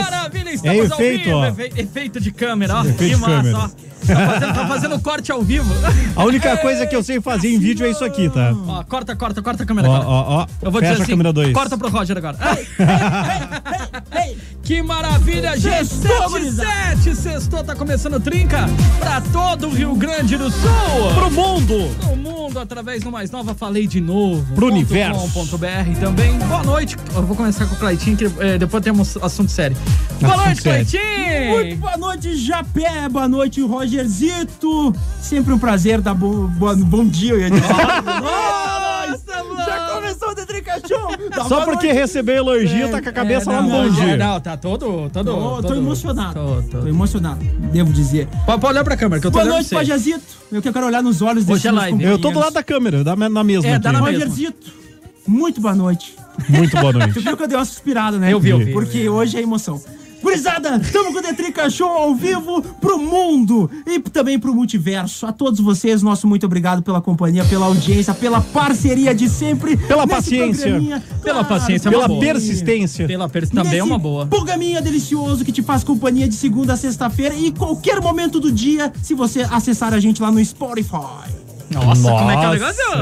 Maravilha, estamos É ao efeito, vivo. ó. Efe- Efeito de câmera, ó. Efeito Que de massa, câmera. ó. Tá fazendo, tá fazendo corte ao vivo. A única coisa que eu sei fazer em vídeo é isso aqui, tá? Ó, corta, corta, corta a câmera Ó, agora. ó, ó. Eu vou Fecha dizer a assim, câmera 2. corta pro Roger agora. que maravilha, gente. 77, sextou, tá começando o Trinca pra todo o Rio Grande do Sul. pro mundo! Pro mundo através do mais nova Falei de Novo. Pro universo. .com.br também. Boa noite. Eu vou começar com o Claitinho, que eh, depois temos assunto sério. Boa Assunto noite, sério. Muito Claitinho! boa noite, Japé. Boa noite, Rogerzito. Sempre um prazer dar bo... boa- bom dia. Eu ia dizer. Nossa, Já mano! começou o Detricachão. Só porque recebeu elogio, tá com a cabeça É, lá não, no bom não, dia. Não, tá todo. todo, Tô, todo- tô emocionado. Tô, Tô, tô. emocionado, devo dizer. Pode pode olhar pra câmera, que eu tô Boa olhando noite, pra você. Rogerzito. Eu que quero olhar nos olhos Hoje desse é live. Eu tô do lado da câmera, dá na mesma. É, aqui. dá na mesma. Rogerzito, muito boa noite. Muito boa Tu noite. viu que eu dei uma suspirada, né? Eu vi, eu vi, Porque eu vi. hoje é emoção. Gurizada, estamos com o Detrica Show ao vivo pro mundo e também pro multiverso. A todos vocês, nosso muito obrigado pela companhia, pela audiência, pela parceria de sempre. Pela nesse paciência. programinha. Pela paciência, é uma Pela boa. persistência. Pela perda também é uma boa. Programinha delicioso que te faz companhia de segunda a sexta-feira e em qualquer momento do dia, se você acessar a gente lá no Spotify. Nossa, como é que é o Nossa. negócio?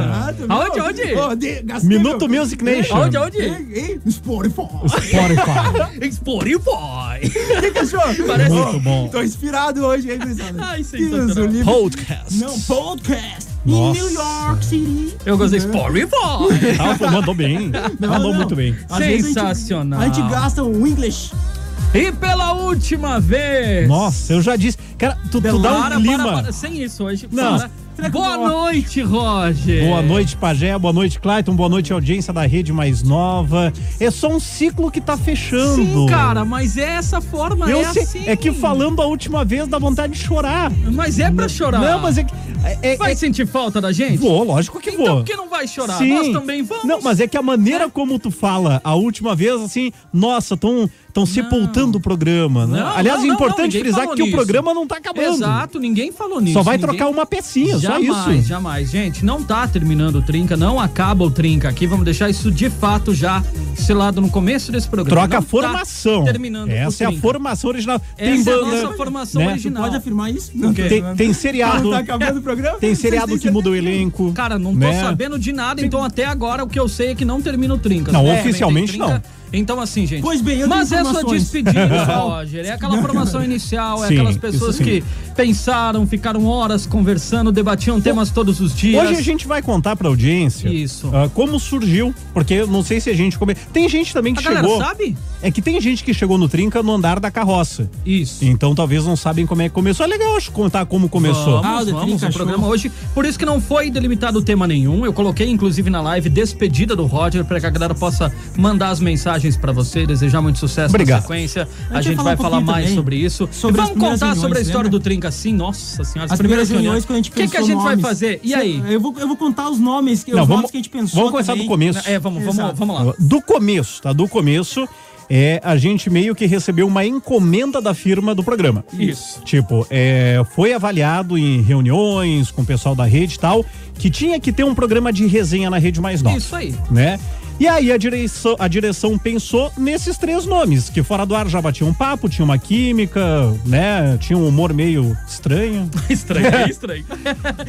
Aonde, meu? aonde? Ó, de- gastei Minuto meu- Music Nation. Aonde, aonde? Ei, ei, No Spotify. Spotify. Spotify! Cachorro. Parece- Muito bom. Tô inspirado hoje, hein, gurizada? Ai, Deus, sensacional. o livro. Podcast. Não, podcast. Nossa. Em New York City. Eu gostei. Spotify! Alfa Tá, mandou bem. Mandou não. muito bem. Ah, Às vezes a gente- Sensacional. A gente gasta o English. E pela última vez. Nossa, eu já disse. Cara, tu, tu dá um é. Para, clima. para, para. Sem isso hoje. Não. Para. Boa noite, Roger. Boa noite, Pajé. Boa noite, Clayton. Boa noite, audiência da Rede Mais Nova. É só um ciclo que tá fechando. Sim, cara, mas é essa forma, Eu é sei, assim. é que falando a última vez dá vontade de chorar. Mas é pra chorar. Não, mas é que. É, é- Vai é- sentir falta da gente? vou, lógico que Então vou. por que não vai chorar? Sim. Nós também vamos. Não, mas é que a maneira como tu fala a última vez, assim, nossa, tão, tão sepultando o programa, né? Não, Aliás, não, é não, importante ninguém frisar falou que nisso. o programa não tá acabando. Exato, ninguém falou nisso. Só vai ninguém- trocar uma pecinha, jamais, só isso. Jamais, gente, não tá terminando o Trinca, não acaba o Trinca aqui, vamos deixar isso de fato já selado no começo desse programa. Troca Não a tá formação. terminando o Essa é a Trinca. formação original. tem Essa é a banda. nossa formação né? original. Pode afirmar isso? Não, quê? Tem, tem seriado. Não tá acabando o programa? Tem seriado Vocês que têm muda o elenco. Cara, não tô né? sabendo de nada, então até agora o que eu sei é que não termina o Trinca. Não, Tem oficialmente não. Então assim, gente. Pois bem, eu tenho Mas é só informações. despedida, Roger. É aquela formação inicial, é Sim, aquelas pessoas isso sim. que pensaram, ficaram horas conversando, debatiam temas todos os dias. Hoje a gente vai contar pra audiência Isso. ah, como surgiu, porque eu não sei se a gente come... Tem gente também que A galera chegou. sabe? É que tem gente que chegou no trinca no andar da carroça. Isso. Então talvez não sabem como é que começou. É legal acho contar como começou. Vamos, Ah, o The vamos, Trinca o Show. programa hoje. Por isso que não foi delimitado tema nenhum. Eu coloquei, inclusive, na live despedida do Roger para que a galera possa mandar as mensagens para você, desejar muito sucesso Obrigado. na sequência. A Eu gente queria falar um vai falar pouquinho mais também sobre isso. sobre e as vamos primeiras contar sobre a reuniões, história lembra? do Trinca, sim. Nossa senhora, As primeiras reuniões quando a gente O que, pensou que a gente vai nomes. fazer? E Sim, aí? Eu vou, eu vou contar os nomes, que- Não, os vamos, nomes que a gente pensou vamos começar também. do começo. É, vamos, vamos, Exato. vamos lá. Do começo, tá? Do começo, é, a gente meio que recebeu uma encomenda da firma do programa. Isso. Tipo, é, foi avaliado em reuniões com o pessoal da rede e tal, que tinha que ter um programa de resenha na rede mais nova. Isso aí. Né? E aí a direção, a direção pensou nesses três nomes, que fora do ar já batiam um papo, tinha uma química, né? Tinha um humor meio estranho. Estranho, é estranho.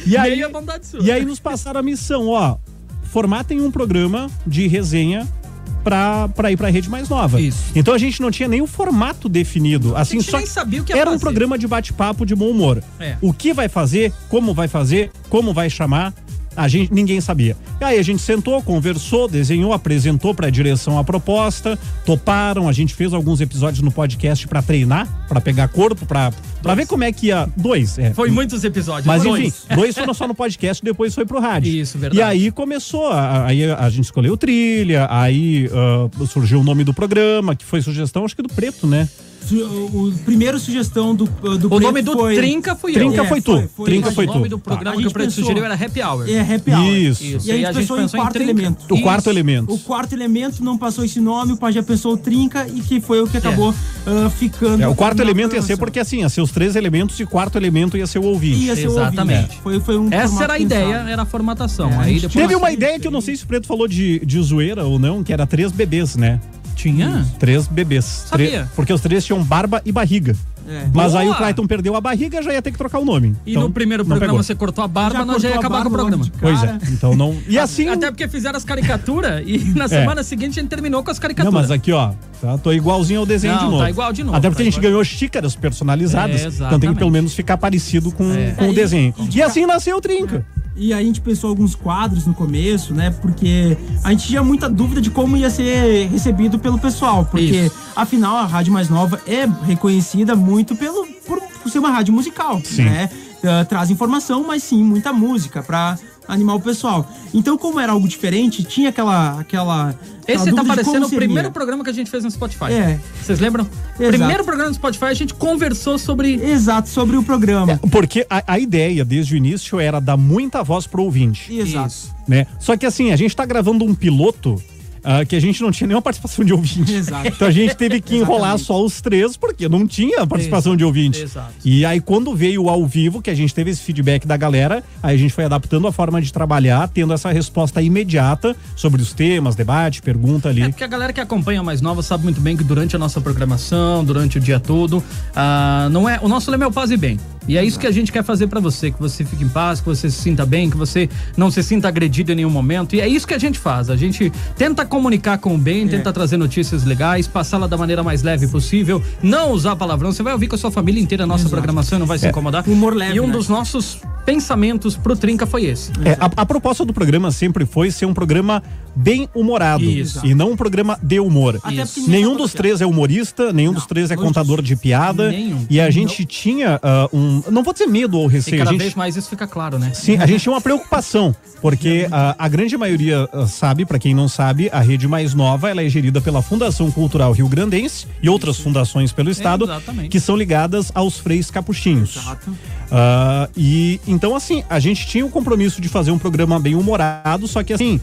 E Meio aí, à vontade sua. e aí nos passaram a missão, ó. Formatem um programa de resenha pra, pra ir pra rede mais nova. Isso. Então a gente não tinha nem o formato definido. Assim, gente só nem sabia o que ia era um fazer. programa de bate-papo de bom humor. É. O que vai fazer, como vai fazer, como vai chamar. A gente, ninguém sabia. E aí a gente sentou, conversou, desenhou, apresentou pra direção a proposta, toparam, a gente fez alguns episódios no podcast pra treinar, pra pegar corpo, pra para ver como é que ia. Dois, é. Foi muitos episódios. Mas dois. enfim, dois foram só no podcast, depois foi pro rádio. Isso, verdade. E aí começou, a- a- aí a gente escolheu trilha, aí ah, surgiu o nome do programa, que foi sugestão, acho que do Preto, né? su- o primeiro sugestão do do O nome Preto do foi- Trinca fui eu. Trinca É, foi foi- tu. foi- Trinca Mas foi o nome tu. Tá. do A programa que gente o Preto pensou- sugeriu era Happy Hour. É, happy hour. Isso. E aí a gente pensou em quarto Trinca. elemento. O quarto elemento. O quarto elemento não passou esse nome, o Pajé pensou o Trinca e que foi o É. que acabou ah, ficando. É, o quarto na elemento ia ser canção. porque é assim, ia ser os três elementos e o quarto elemento ia ser o ouvinte. Ia ser o Exatamente. ouvinte. Foi, foi um Essa formato era a ideia, pensado. era a formatação. É, a aí gente depois Teve Nossa, uma isso ideia que eu não sei se o Preto falou de, de zoeira ou não, que era três bebês, né? tinha. Três bebês. Sabia. Tre- porque os três tinham barba e barriga. né? É. Mas aí o Boa! Clayton perdeu a barriga, já ia ter que trocar o nome. E Então, no primeiro não programa pegou. você cortou a barba, nós já ia cortou a acabar com o barba logo programa. de Pois cara. é. Então não. E assim. Até porque fizeram as caricaturas e na semana seguinte a gente terminou com as Não, caricaturas. mas aqui, ó. Tá, tô igualzinho ao desenho Não, de novo. tá igual de novo, Até porque tá a gente igual. ganhou xícaras personalizadas. É, então tem que pelo exatamente. menos ficar parecido com, É. com o Aí, desenho. e- E assim nasceu o Trinca. E aí a gente pensou alguns quadros no começo, né? Porque a gente tinha muita dúvida de como ia ser recebido pelo pessoal. Porque, Isso. afinal, a Rádio Mais Nova é reconhecida muito pelo, por, por ser uma rádio musical, Sim. né? Ah, traz informação, mas sim muita música pra animar o pessoal. Então, como era algo diferente, tinha aquela. aquela aquela Esse dúvida tá de como parecendo o seria. primeiro programa que a gente fez no Spotify. É. Vocês lembram? Exato. Primeiro programa do Spotify, a gente conversou sobre. Exato, sobre o É. programa. Porque a, a ideia desde o início era dar muita voz pro ouvinte. Exato. É. Isso. né? Só que assim, a gente tá gravando um piloto ah, que a gente não tinha nenhuma participação de ouvinte. Exato. Então a gente teve que enrolar Exatamente. só os três, porque não tinha participação Exato, de ouvinte. exato. E aí, quando veio ao vivo, que a gente teve esse feedback da galera, aí a gente foi adaptando a forma de trabalhar, tendo essa resposta imediata sobre os temas, debate, pergunta ali. É porque a galera que acompanha mais nova sabe muito bem que durante a nossa programação, durante o dia todo, ah, não é, o nosso lema é o paz e bem. E é isso que a gente quer fazer pra você, que você fique em paz, que você se sinta bem, que você não se sinta agredido em nenhum momento. E é isso que a gente faz. A gente tenta comunicar com o bem, tenta trazer notícias legais, passá-la da maneira mais leve possível, não usar palavrão. Você vai ouvir com a sua família inteira a nossa programação e não vai se incomodar. Humor leve, E um né? dos nossos pensamentos pro Trinca foi esse. É, a, a proposta do programa sempre foi ser um programa bem humorado Isso. e não um programa de humor. Até Isso. porque ninguém Nenhum tá dos copiando. três é humorista, nenhum dos três é longe contador de piada. Nenhum. E a gente tinha ah, um. Não vou dizer medo ou E receio. cada a gente, vez mais isso fica claro, né? Sim, a gente tinha uma preocupação, porque ah, a, grande maioria ah, sabe, pra quem não sabe, a Rede Mais Nova ela é gerida pela Fundação Cultural Rio Grandense e outras fundações pelo Estado exatamente. que são ligadas aos freis capuchinhos. Exato. Ah, e então, assim, a gente tinha o compromisso de fazer um programa bem humorado, só que assim.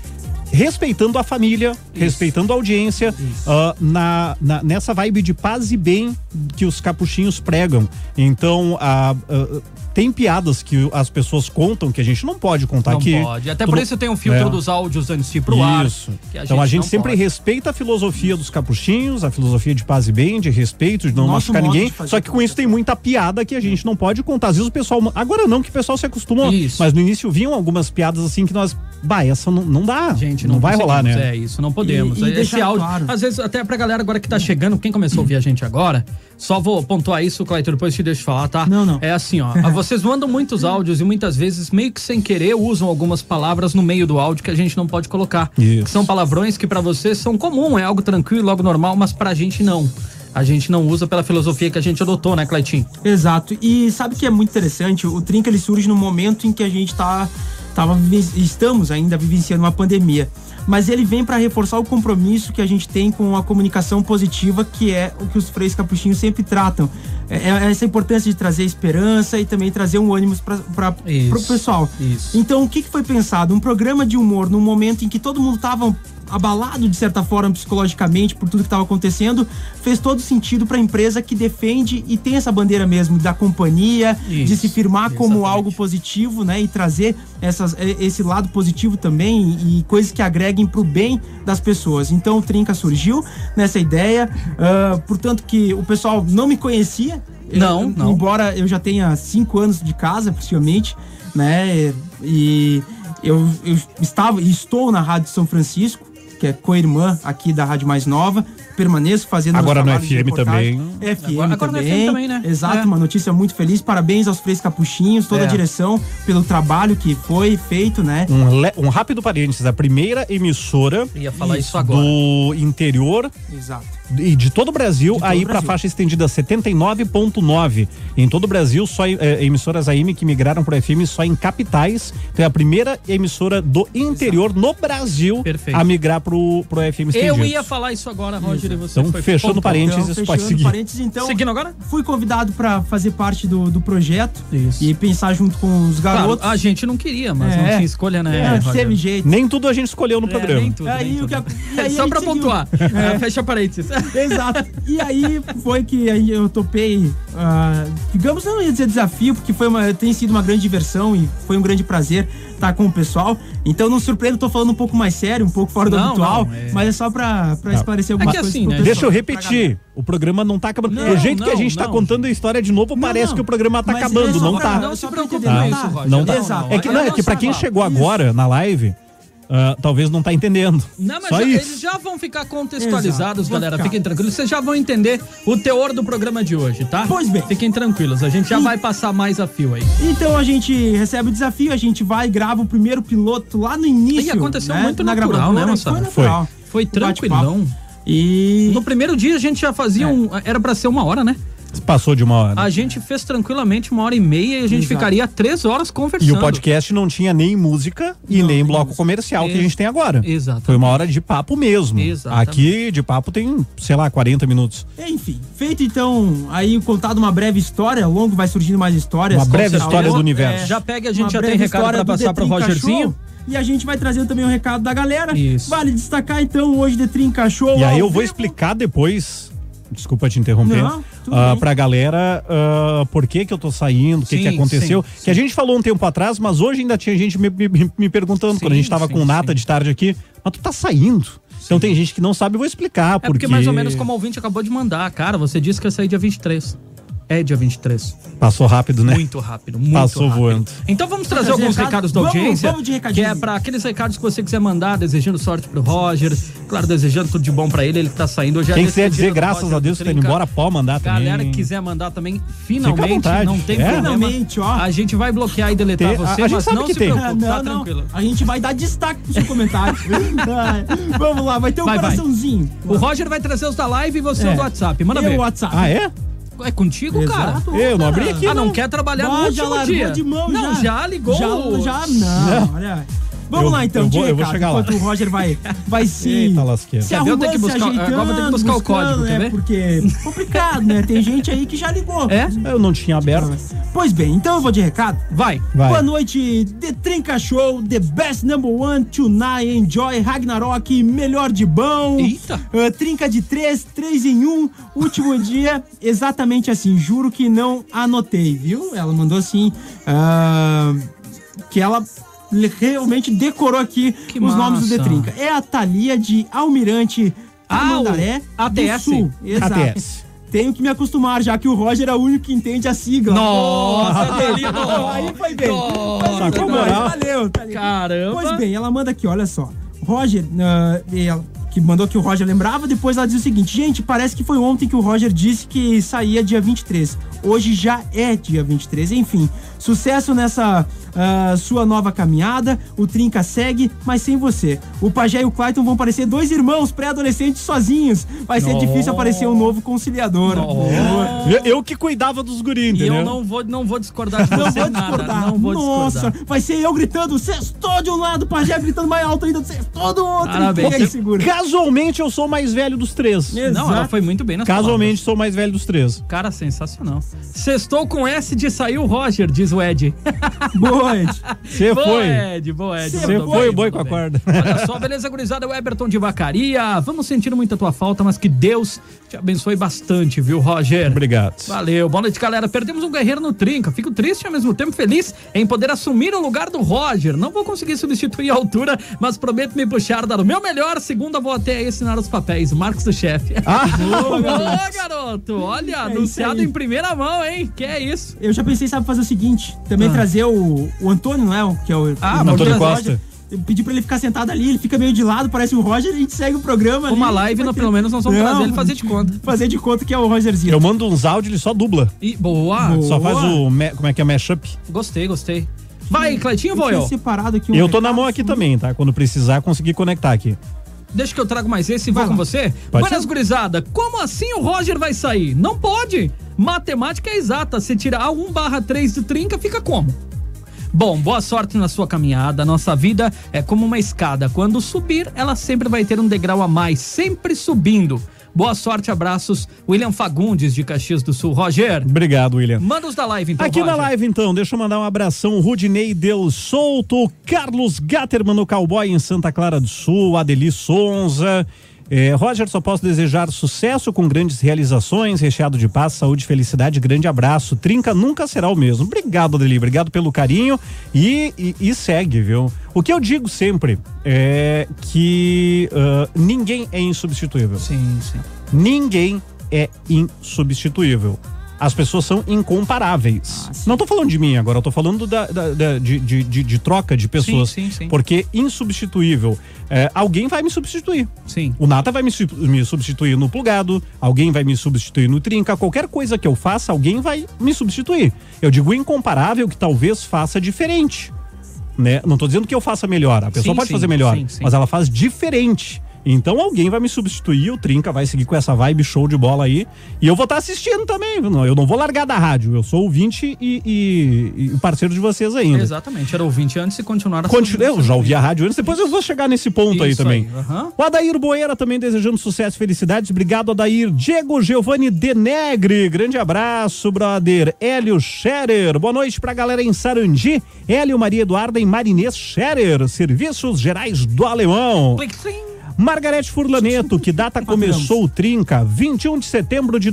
Respeitando a família, respeitando a audiência, ah, na, na- nessa vibe de paz e bem que os capuchinhos pregam. Então, a- a- tem piadas que as pessoas contam que a gente não pode contar Não Tá aqui. pode. Até Tu por não- isso tem um filtro É. dos áudios antes de ir pro ar. Isso. que então a gente não sempre pode. respeita a filosofia dos capuchinhos, a filosofia de paz e bem, de respeito, de não Nosso machucar modo de ninguém. fazer Só que com isso tem muita piada que a gente não pode contar. Às vezes o pessoal. Agora não, que o pessoal se acostumou. Isso. Mas no início vinham algumas piadas assim que nós. Bah, essa não, não dá. Gente, não, vai rolar, conseguimos, né? É, isso não podemos. E- e Esse deixar áudio, claro. às vezes, até pra galera agora que tá chegando, quem começou a ouvir a gente agora, só vou pontuar isso, Clayton, depois te deixo falar, tá? Não, não. É assim, ó. a- vocês mandam muitos áudios e muitas vezes, meio que sem querer, usam algumas palavras no meio do áudio que a gente não pode colocar. Isso. Que são palavrões que pra vocês são comum, é algo tranquilo, algo normal, mas pra gente não. A gente não usa pela filosofia que a gente adotou, né, Clayton? Exato. E sabe que é muito interessante? O Trinca ele surge no momento em que a gente tá, tava, vive- estamos ainda vivenciando uma pandemia. Mas ele vem para reforçar o compromisso que a gente tem com a comunicação positiva, que é o que os freis capuchinhos sempre tratam. É, é essa importância de trazer esperança e também trazer um ânimo para Isso, o pessoal. isso. Então, o que, que foi pensado? Um programa de humor num momento em que todo mundo estava abalado de certa forma psicologicamente por tudo que estava acontecendo, fez todo sentido para a empresa que defende e tem essa bandeira mesmo da companhia, de Isso, se firmar como exatamente. algo positivo, né, e trazer essas, eh, esse lado positivo também e, e coisas que agreguem pro bem das pessoas. Então o Trinca surgiu nessa ideia, ah, portanto que o pessoal não me conhecia. Eu- Não, não. Embora eu já tenha cinco anos de casa, principalmente, né? E eu, eu estava e estou na Rádio São Francisco, que é co-irmã aqui da Rádio Mais Nova. Permaneço fazendo meus Agora no trabalhos de FM reportagem. FM Agora- agora no também. FM também, né? Exato, É. uma notícia muito feliz. Parabéns aos Três Capuchinhos, toda É. Hum. a direção, pelo trabalho que foi feito, né? Um, le- um rápido parênteses, a primeira emissora Ia falar isso agora. do interior Exato. e de todo o Brasil De todo a o ir para a Brasil. faixa estendida 79.9. Em todo o Brasil, só eh, emissoras AM que migraram para FM só em capitais. Então é a primeira emissora do interior no Brasil Perfeito. a migrar pro pro FM estendido. Eu ia falar isso agora, Roger, e você Então, foi fechando pontual. parênteses. Antes disso, pode fechando seguir. parênteses, então. Seguindo agora? Fui convidado para fazer parte do, do projeto Isso. e pensar junto com os Claro, garotos. a gente não queria, mas não É. tinha escolha, né? É, Roger? teve jeito. Nem tudo a gente escolheu no É, programa. nem tudo, Aí nem o que tudo. a- e aí É, Só a pra gente seguiu. É. pontuar. Ah, Fecha parênteses. Exato. E aí foi que aí eu topei, ah, digamos, não ia dizer desafio, porque foi uma, tem sido uma grande diversão e foi um grande prazer estar com o pessoal. Então não surpreendo, tô falando um pouco mais sério, um pouco fora do Não, habitual, não, é. mas é só pra, pra esclarecer algumas que coisas assim, pro né? pessoal, Deixa eu pra galera. repetir. O programa não tá acabando. Não, Do jeito que a não, gente tá não, contando a história de novo, parece não, que o programa tá mas acabando. é Não só pra- tá. não, Não se só pra preocupe entender, com tá? isso, Roger. Não tá. Exato. É que, olha, não, olha é que só pra quem agora. chegou agora na live, ah, talvez não tá entendendo. Não, mas Só já- isso. eles já vão ficar contextualizados, Exato. galera. Vão ficar. Fiquem tranquilos. Vocês já vão entender o teor do programa de hoje, tá? Pois bem. Hum. Fiquem tranquilos. A gente já E- vai passar mais a fio aí. Então a gente recebe o desafio, a gente vai, grava o primeiro piloto lá no início. E aconteceu muito na natural, gravadora, né, e Foi moçada? natural. Foi O bate-papo. É. tranquilão. E. No primeiro dia a gente já fazia um. Era pra ser uma hora, né? Passou de uma hora. A gente fez tranquilamente uma hora e meia e a gente Exato. ficaria três horas E conversando. o podcast não tinha nem música e Não, nem nem bloco música. comercial que a Ex- gente tem agora. Exatamente. Foi uma hora de papo mesmo. Exatamente. Aqui de papo tem, sei lá, 40 minutos. É, Enfim, feito então aí contado uma breve história, longo vai surgindo mais histórias. Uma com breve certeza. história do É, universo. Já pega, a gente uma já tem breve recado história pra do passar pro Detrim Rogerzinho. Cachorro. E a gente vai trazer também o recado da galera. Isso. Vale destacar então hoje Detrim Cachorro. E aí ao eu vou vivo. explicar depois. Desculpa te interromper. Não, tudo ah, bem. pra galera, ah, por que que eu tô saindo, o que Sim, que aconteceu. sim, sim. Que a gente falou um tempo atrás, mas hoje ainda tinha gente me, me- me perguntando, Sim, quando a gente tava sim, com o Nata sim. de tarde aqui, mas tu tá saindo. Então tem gente que não sabe, eu vou explicar. É porque mais ou menos como o ouvinte acabou de mandar, cara, você disse que ia sair dia 23. É dia 23. Passou rápido, né? Muito rápido, muito Passou rápido. voando. Então vamos trazer Vamos alguns recado? recados da Vamos- audiência. vamos de que recadinho. é pra aqueles recados que você quiser mandar, desejando sorte pro Roger. Claro, desejando tudo de bom pra ele, ele que tá saindo hoje. Quem a quiser dizer despedida do graças Roger a Deus do que tá indo Trinca. embora, pode mandar também. Galera que quiser mandar também, finalmente, vontade. não tem É. problema. Finalmente, ó. A gente vai bloquear e deletar Tem- a- você, a gente mas sabe não que se tem. preocupe, Ah, tá não, não. tranquilo. A gente vai dar destaque pro seu comentário. Ah, Vamos lá, vai ter um Vai, vai. coraçãozinho. O Roger vai trazer os da live e você É. os do WhatsApp. Manda E ver. o WhatsApp. Ah, é? É contigo, Exato, cara? Eu não abri cara. aqui. ah, não, quer trabalhar no Ah, já último largou dia. de mão, não, já, ligou. Já, o- já não, olha. Vamos Eu- lá então, eu vou- de eu vou recado, chegar lá. Enquanto o Roger vai, vai se, Eita, lasqueira. se Quer ver? Eu arrumando, tenho que se buscar o- ajeitando. agora eu tenho que buscar o código, quer né? ver? Porque é complicado, né? Tem gente aí que já ligou. É? Eu não tinha aberto. Pois bem, então eu vou de recado. Vai. Vai. Boa noite, The Trinca Show, The Best Number One, Tonight, Enjoy, Ragnarok, Melhor de Bom. Eita. ah, trinca de três, três em um, último dia, exatamente assim, juro que não anotei, viu? Ela mandou assim, ah, que ela le- realmente decorou aqui Que os nomes do massa. The Trinca. É a Thalia de Almirante Ah, o Tamandaré do ATS. Sul. Exato. ATS. Tenho que me acostumar, já que o Roger é o único que entende a sigla. Nossa, Thalita. Aí foi bem. Nossa, Mas, com mas moral. valeu, Thalita. Caramba. Pois bem, ela manda aqui, olha só. Roger, ah, ela- que mandou que o Roger lembrava, depois ela diz o seguinte: gente, parece que foi ontem que o Roger disse que saía dia 23. Hoje já é dia 23. Enfim, sucesso nessa ah, sua nova caminhada. O Trinca segue, mas sem você. O Pajé e o Clayton vão parecer dois irmãos pré-adolescentes sozinhos. Vai ser Nossa. difícil aparecer um novo conciliador. Nossa. Eu- Eu que cuidava dos guris, E entendeu? eu não vou, não vou discordar de Não você vou nada. discordar. Não vou Nossa, discordar. vai ser eu gritando sextou de um lado, o pajé gritando mais alto ainda, sextou do outro. Parabéns. Quem é que segura? Casualmente eu sou o mais velho dos três. Não, ela foi muito bem na Casualmente sou o mais velho dos três. Cara, sensacional. Sextou com S de saiu o Roger, diz o Ed. Boa, Ed. Você boa, foi. Ed, boa, Ed. Cê mandou foi, bem, boi mandou com a bem. corda. Olha só, beleza, gurizada, o Everton de Vacaria. Vamos sentir muito a tua falta, mas que Deus te abençoe bastante, viu, Roger? Obrigado. Valeu, boa noite, galera. Perdemos um guerreiro no trinca. Fico triste e ao mesmo tempo feliz em poder assumir o lugar do Roger. Não vou conseguir substituir a altura, mas prometo me puxar, dar o meu melhor. Segunda, vou até aí assinar os papéis. Marcos do chefe. Ah, Ô, garoto, olha, anunciado É aí. em primeira mão, hein? Que é isso? Eu já pensei, sabe, fazer o seguinte: também Ah. trazer o, o Antônio, não é? o- Que é o. Ah, o Roger. Antônio Costa. Eu pedi pra ele ficar sentado ali, ele fica meio de lado, parece o Roger, a gente segue o programa. ali. Uma live, não, pelo menos nós vamos Não. trazer ele fazer de conta. Fazer de conta que é o Rogerzinho. eu mando uns áudios, ele só dubla. E boa, Boa. Só faz o. me- como é que é? Mashup. gostei, gostei. Vai, Cleitinho, Eu vou tinha eu. separado aqui um Eu tô na recado, mão aqui sim. também, tá? Quando precisar, conseguir conectar aqui. Deixa que eu trago mais esse e vou Vai com lá. você. Pode Buenas, ser? gurizada. Como assim o Roger vai sair? Não pode. Matemática é exata. Se tirar 1 barra 3 de trinca, fica como? Bom, boa sorte na sua caminhada. Nossa vida é como uma escada. Quando subir, ela sempre vai ter um degrau a mais, sempre subindo. Boa sorte, abraços. William Fagundes, de Caxias do Sul. Roger, Obrigado, William. manda os da live, então. Aqui na Roger. live, então, deixa eu mandar um abração. Rudinei Deus Souto, Carlos Gatterman, no Cowboy em Santa Clara do Sul, Adeli Sonza. Eh, Roger, só posso desejar sucesso com grandes realizações, recheado de paz, saúde, felicidade, grande abraço. Trinca nunca será o mesmo. Obrigado, Adeli, obrigado pelo carinho e, e- e segue, viu? O que eu digo sempre é que ah, ninguém é insubstituível. Sim, sim. Ninguém é insubstituível. As pessoas são incomparáveis. não tô falando de mim agora, eu tô falando da- da- da- de, de- de- de troca de pessoas. sim, sim. Porque insubstituível. é, alguém vai me substituir. Sim. O Nata vai me, sub- me substituir no plugado, alguém vai me substituir no trinca, qualquer coisa que eu faça, alguém vai me substituir. Eu digo incomparável que talvez faça diferente. Né? Não tô dizendo que eu faça melhor, a pessoa Sim, pode sim, fazer melhor, sim, sim. mas ela faz diferente. Então alguém vai me substituir, o Trinca vai seguir com essa vibe show de bola aí. E eu vou estar assistindo também. não- Eu não vou largar da rádio. Eu sou ouvinte e, e- e parceiro de vocês ainda. Exatamente. Era ouvinte antes e continuar a Continue, eu já ouvi a rádio antes, depois eu vou chegar nesse ponto aí Isso também. aí, aham. O Adair Boeira também desejando sucesso e felicidades. Obrigado, Adair. Diego Giovanni Denegre, grande abraço, brother. Hélio Scherer, boa noite pra galera em Sarandi. Hélio Maria Eduarda e Marinês Scherer, Serviços Gerais do Alemão. Margarete Furlaneto, que data começou o Trinca? 21 de setembro de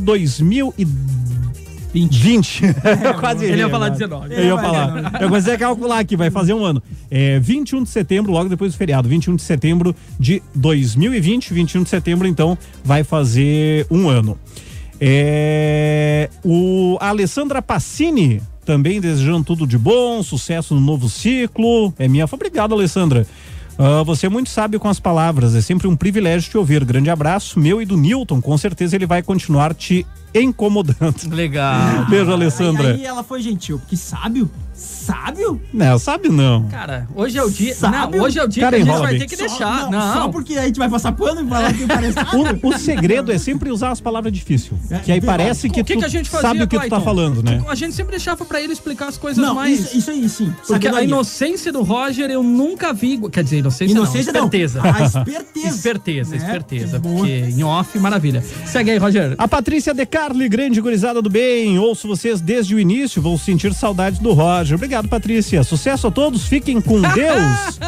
2020. Quase É, Ele ia errei falar É, agora. 19. Eu ia falar. Eu comecei a calcular aqui, vai fazer um ano. É 21 de setembro, logo depois do feriado. 21 de setembro de 2020. 21 de setembro, então, vai fazer um ano. É, o a Alessandra Passini também desejando tudo de bom, sucesso no novo ciclo. É minha. Obrigado, Alessandra. Ah, você é muito sábio com as palavras, é sempre um privilégio te ouvir. Grande abraço, meu e do Newton. Com certeza ele vai continuar te incomodando. Legal. Beijo, Alessandra. Aí, aí ela foi gentil, porque sábio? Sábio? Não, Né, sabe não. Cara, hoje é o dia. Sabe Não, hoje é o dia Cara, que a gente enrola vai bem. ter que Só- não, deixar. não, Só porque a gente vai passar pano e falar que parece O, o segredo é sempre usar as palavras difíceis. Que aí parece que, O que, tu que a gente fazia, sabe É, o que tu tá Clayton? falando, né? A gente sempre deixava pra ele explicar as coisas Não, mais. isso, é isso aí sim. Porque a sabedoria. inocência do Roger eu nunca vi. igual- Quer dizer, inocência, Inocência não, não. esperteza. A esperteza. Esperteza, Né? esperteza. Boa. Porque em off, maravilha. Segue aí, Roger. A Patrícia De Carli, grande gurizada do bem. Ouço vocês desde o início, vou sentir saudades do Roger. Obrigado, Patrícia. Sucesso a todos, fiquem com Deus.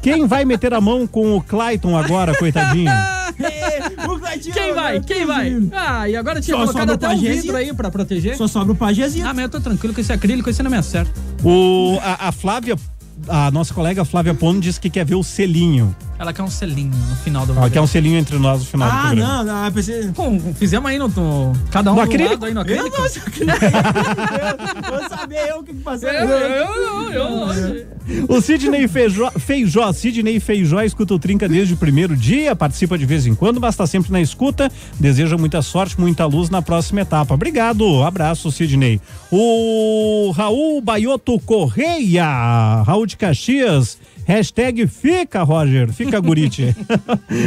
Quem vai meter a mão com o Clayton agora, coitadinho? Ê, o Claudinho, Quem vai? meu Quem vai? Deus. Ah, e agora tinha Só- só colocado no até um Pajézinho. vidro aí pra proteger. Só sobra o Pajezinho. Ah, mas eu tô tranquilo com esse acrílico, esse não me acerta. O, a, a Flávia, a nossa colega Flávia Pono, diz que quer ver o selinho. Ela quer um selinho no final do Ela quer programa. um selinho entre nós no final do Ah, programa. não, não, eu pensei. Com, fizemos aí no, no- Cada um No do acrílico? lado aí no Eu acrílico. não sei o que. Eu eu sabia eu o que que passei. É, eu, eu, eu. O Sidney Feijó, Feijó, Sidney Feijó escuta o Trinca desde o primeiro dia, participa de vez em quando, mas está sempre na escuta. Deseja muita sorte, muita luz na próxima etapa. Obrigado, abraço, Sidney. O Raul Baioto Correia, Raul de Caxias. Hashtag fica, Roger. Fica, Gurite.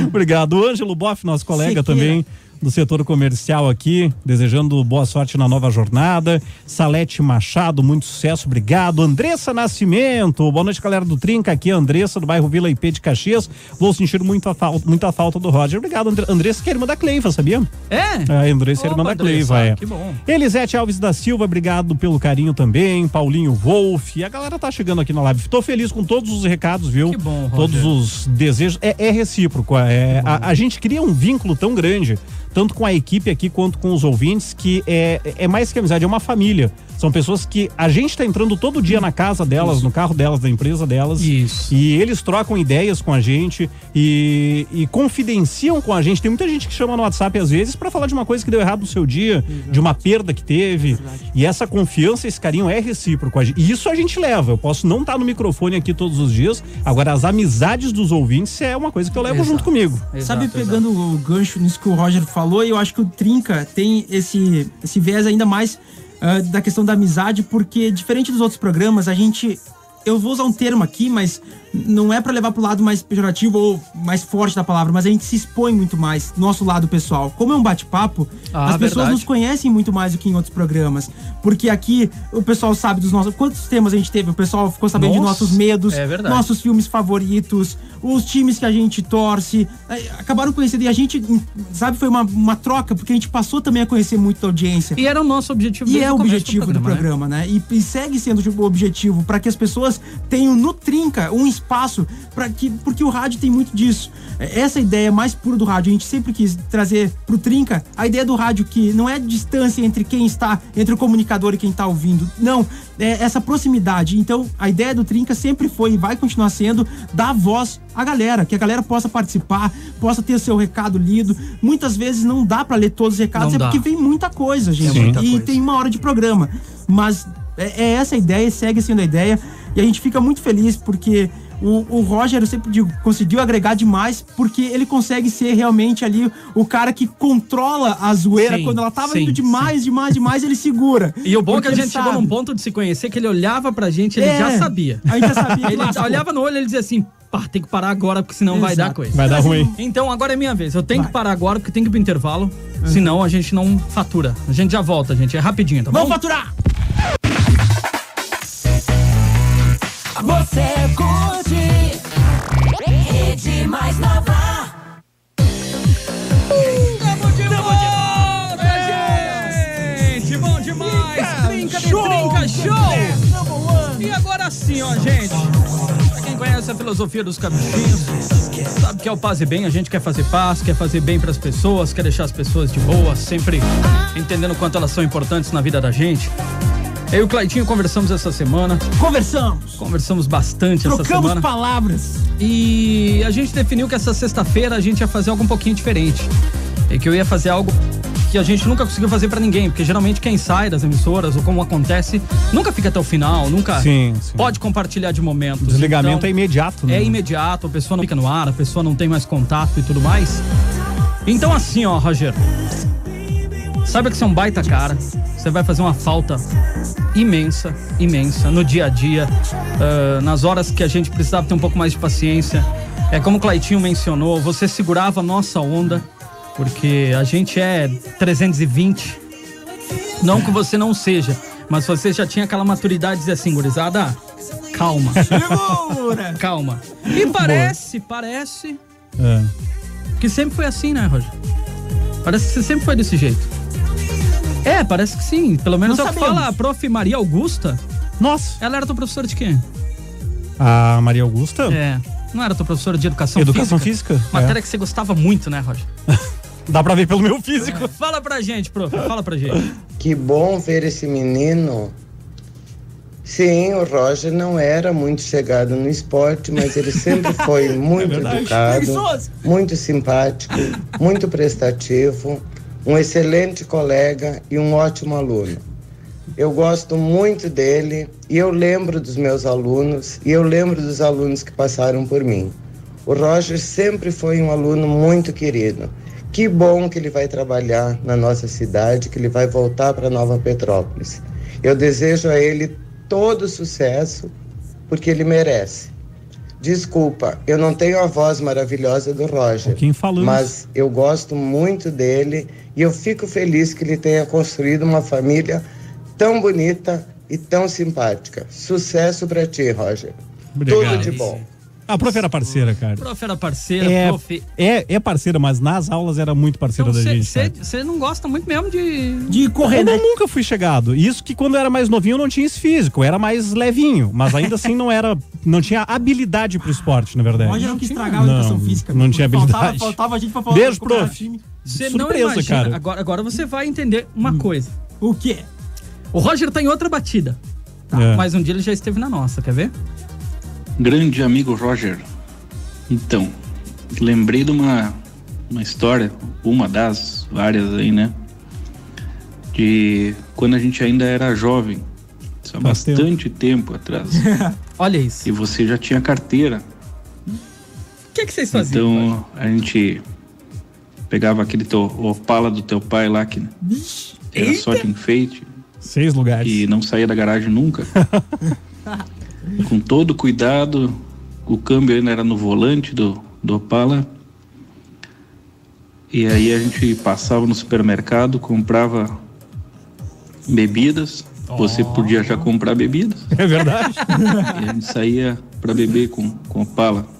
Obrigado. O Ângelo Boff, nosso colega Siqueira. também do setor comercial aqui, desejando boa sorte na nova jornada. Salete Machado, muito sucesso, obrigado. Andressa Nascimento, boa noite, galera do Trinca. Aqui é a Andressa, do bairro Vila IP de Caxias. Vou sentir muito a falta, muita falta do Roger. Obrigado, Andre- Andressa, que é irmã da Cleiva, sabia? É? A Andressa é Opa, irmã da Andressa, Cleiva, é. que bom. Elisete Alves da Silva, obrigado pelo carinho também. Paulinho Wolf, a galera tá chegando aqui na live. Tô feliz com todos os recados, viu? Que bom, Roger. Todos os desejos. É, é recíproco. é- a, a gente cria um vínculo tão grande, tanto com a equipe aqui quanto com os ouvintes, que é, é mais que amizade, é uma família. São pessoas que a gente tá entrando todo dia na casa delas, no carro delas, na empresa delas. Hum. Isso. E eles trocam ideias com a gente e, e confidenciam com a gente. Tem muita gente que chama no WhatsApp às vezes pra falar de uma coisa que deu errado no seu dia, de uma perda que teve. E essa confiança, esse carinho é recíproco. A gente- E isso a gente leva. Eu posso não estar no microfone aqui todos os dias. Agora, as amizades dos ouvintes é uma coisa que eu levo Exato. junto comigo. Sabe, pegando o gancho nisso que o Roger falou, eu acho que o Trinca tem esse, esse viés ainda mais ah, da questão da amizade, porque diferente dos outros programas, a gente eu vou usar um termo aqui, mas não é para levar pro lado mais pejorativo ou mais forte da palavra, mas a gente se expõe muito mais, nosso lado pessoal. Como é um bate-papo, Ah, as pessoas verdade. nos conhecem muito mais do que em outros programas. Porque aqui o pessoal sabe dos nossos. Quantos temas a gente teve? O pessoal ficou sabendo de Nossa, nossos medos, é verdade. nossos filmes favoritos, os times que a gente torce. eh, Acabaram conhecendo. E a gente, sabe, foi uma, uma troca, porque a gente passou também a conhecer muito a audiência. E era o nosso objetivo E desde é o começo objetivo do né? programa, né? E, e segue sendo tipo, o objetivo para que as pessoas tenham no trinca um espaço para que porque o rádio tem muito disso. É, Essa ideia mais pura do rádio, a gente sempre quis trazer pro trinca a ideia do rádio que não é distância entre quem está entre o comunicador e quem está ouvindo. Não, é essa proximidade. Então, a ideia do trinca sempre foi e vai continuar sendo dar voz a galera, que a galera possa participar, possa ter seu recado lido. Muitas vezes não dá para ler todos os recados, Não é dá. porque vem muita coisa, gente. Sim. muita E coisa. tem uma hora de programa. Mas é, é essa a ideia, segue sendo a ideia. E a gente fica muito feliz porque o, o Roger, eu sempre digo, conseguiu agregar demais porque ele consegue ser realmente ali o cara que controla a zoeira. Sim, Quando ela tava sim, indo demais, demais, demais, ele segura. E o bom é que Porque a ele gente chegou sabe. num ponto de se conhecer que ele olhava pra gente, ele É, já sabia. A gente já sabia. Ele Lascou. olhava no olho e ele dizia assim: pá, tem que parar agora porque senão vai Exato. dar coisa. Vai dar ruim. Então agora é minha vez. Eu tenho Vai. que parar agora porque tem que ir pro intervalo. Senão a gente não fatura. A gente já volta, gente. É rapidinho, tá Vamos bom? faturar! Você curte Rede Mais Nova. Gente, bom demais! Trinca de trinca, show! E agora sim, ó, gente. Pra quem conhece a filosofia dos cabecinhos, sabe que é o paz e bem. A gente quer fazer paz, quer fazer bem pras pessoas, quer deixar as pessoas de boa, sempre entendendo o quanto elas são importantes na vida da gente. Eu e o Claitinho conversamos essa semana, Conversamos! conversamos bastante essa Trocamos semana. palavras! E a gente definiu que essa sexta-feira a gente ia fazer algo um pouquinho diferente. É que eu ia fazer algo que a gente nunca conseguiu fazer pra ninguém, porque geralmente quem sai das emissoras ou como acontece, nunca fica até o final, nunca Sim, sim. pode compartilhar de momentos. O desligamento Então, é imediato, né? é imediato, a pessoa não fica no ar, a pessoa não tem mais contato e tudo mais. Então assim, ó, Rogério. Saiba que você é um baita cara. Você vai fazer uma falta imensa, imensa, no dia a dia, ah, nas horas que a gente precisava ter um pouco mais de paciência. É como o Claitinho mencionou, você segurava a nossa onda, porque a gente é 320. Não que você não seja, mas você já tinha aquela maturidade de dizer assim, gurizada, calma. Segura! Calma. E parece, parece É. que sempre foi assim, né, Roger? Parece que você sempre foi desse jeito. É, parece que sim. Pelo menos Não é o que sabemos. fala a prof. Maria Augusta. Nossa, Ela era tua professora de quê? a Maria Augusta, É. Não era tua professora de educação, educação física? física. Matéria que você gostava muito, né, Roger? É. Dá pra ver pelo meu físico. Fala pra gente, prof. Fala pra gente. Que bom ver esse menino. Sim, o Roger não era muito chegado no esporte, mas ele sempre foi muito educado, Preguiçoso. muito simpático, muito prestativo, um excelente colega e um ótimo aluno. Eu gosto muito dele e eu lembro dos meus alunos e eu lembro dos alunos que passaram por mim. O Roger sempre foi um aluno muito querido. Que bom que ele vai trabalhar na nossa cidade, que ele vai voltar para Nova Petrópolis. Eu desejo a ele todo sucesso, porque ele merece. Desculpa, eu não tenho a voz maravilhosa do Roger. Pouquinho falamos. Mas eu gosto muito dele e eu fico feliz que ele tenha construído uma família tão bonita e tão simpática. Sucesso pra ti, Roger. Tudo de bom. A prof era parceira, cara. Prof era parceira, É, prof. é, é parceira, mas nas aulas era muito parceira Então da gente. né? cara. você não gosta muito mesmo de. De correr, né? Eu É, nunca fui chegado. Isso que quando eu era mais novinho eu não tinha esse físico, eu era mais levinho, mas ainda assim não era, não tinha habilidade pro esporte, na verdade. Roger um não quis estragar a Não, educação física. não tinha faltava, habilidade. faltava gente pra falar Beijo, pra colocar prof. time. Você não Surpresa, imagina. cara. Hum. Agora, agora você vai entender uma coisa. O quê? O Roger tá em outra batida. É. Mas um dia ele já esteve na nossa, quer ver? Grande amigo Roger. Então, lembrei de uma, uma história, uma das várias aí, né? De quando a gente ainda era jovem. Isso há Faz tempo. bastante tempo atrás. Olha isso. e você já tinha carteira. O que, que vocês faziam? Então a gente pegava aquele teu Opala do teu pai lá, que era só de enfeite Seis lugares. e não saía da garagem nunca. com todo cuidado, o câmbio ainda era no volante do, do Opala. E aí a gente passava no supermercado, comprava bebidas. Você podia já comprar bebidas. É verdade? E a gente saía pra beber com, com Opala. Então-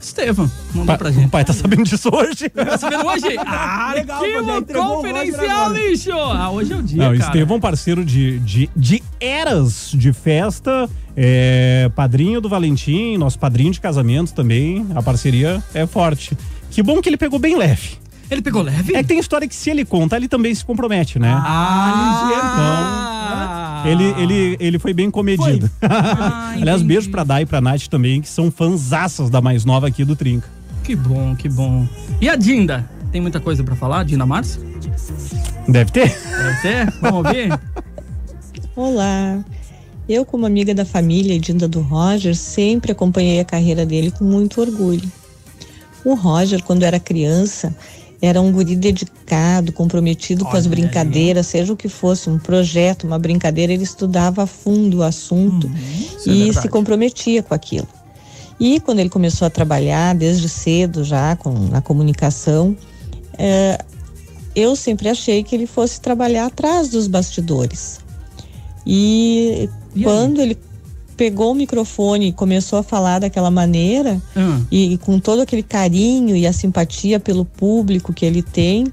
Estevam, mandou pra o gente. pai tá sabendo disso hoje. Tá sabendo hoje? Ah, legal, que já entregou o confidencial, Roger lixo! Ah, hoje é o dia, Não, cara. Estevão, um parceiro de, de, de eras de festa, é, padrinho do Valentim, nosso padrinho de casamento também. A parceria é forte. Que bom que ele pegou bem leve. Ele pegou leve? É que tem história que se ele conta, ele também se compromete, né? Ah! um Então, Ah, Ele, ele, ele foi bem comedido. Aliás, entendi. beijo pra Dai e pra Nath também, que são fanzaças da mais nova aqui do Trinca. Que bom, que bom. E a Dinda? Tem muita coisa pra falar, Dinda Márcia? Deve ter. Até? Vamos ouvir? Olá! Eu, como amiga da família e Dinda do Roger, sempre acompanhei a carreira dele com muito orgulho. O Roger, quando era criança, era um guri dedicado, comprometido com as Olha aí. brincadeiras, seja o que fosse, um projeto, uma brincadeira, ele estudava a fundo o assunto Isso é e verdade. se comprometia com aquilo. E quando ele começou a trabalhar desde cedo já com na comunicação, eh, eu sempre achei que ele fosse trabalhar atrás dos bastidores. E, E aí? quando ele pegou o microfone e começou a falar daquela maneira Ah, e, e com todo aquele carinho e a simpatia pelo público que ele tem,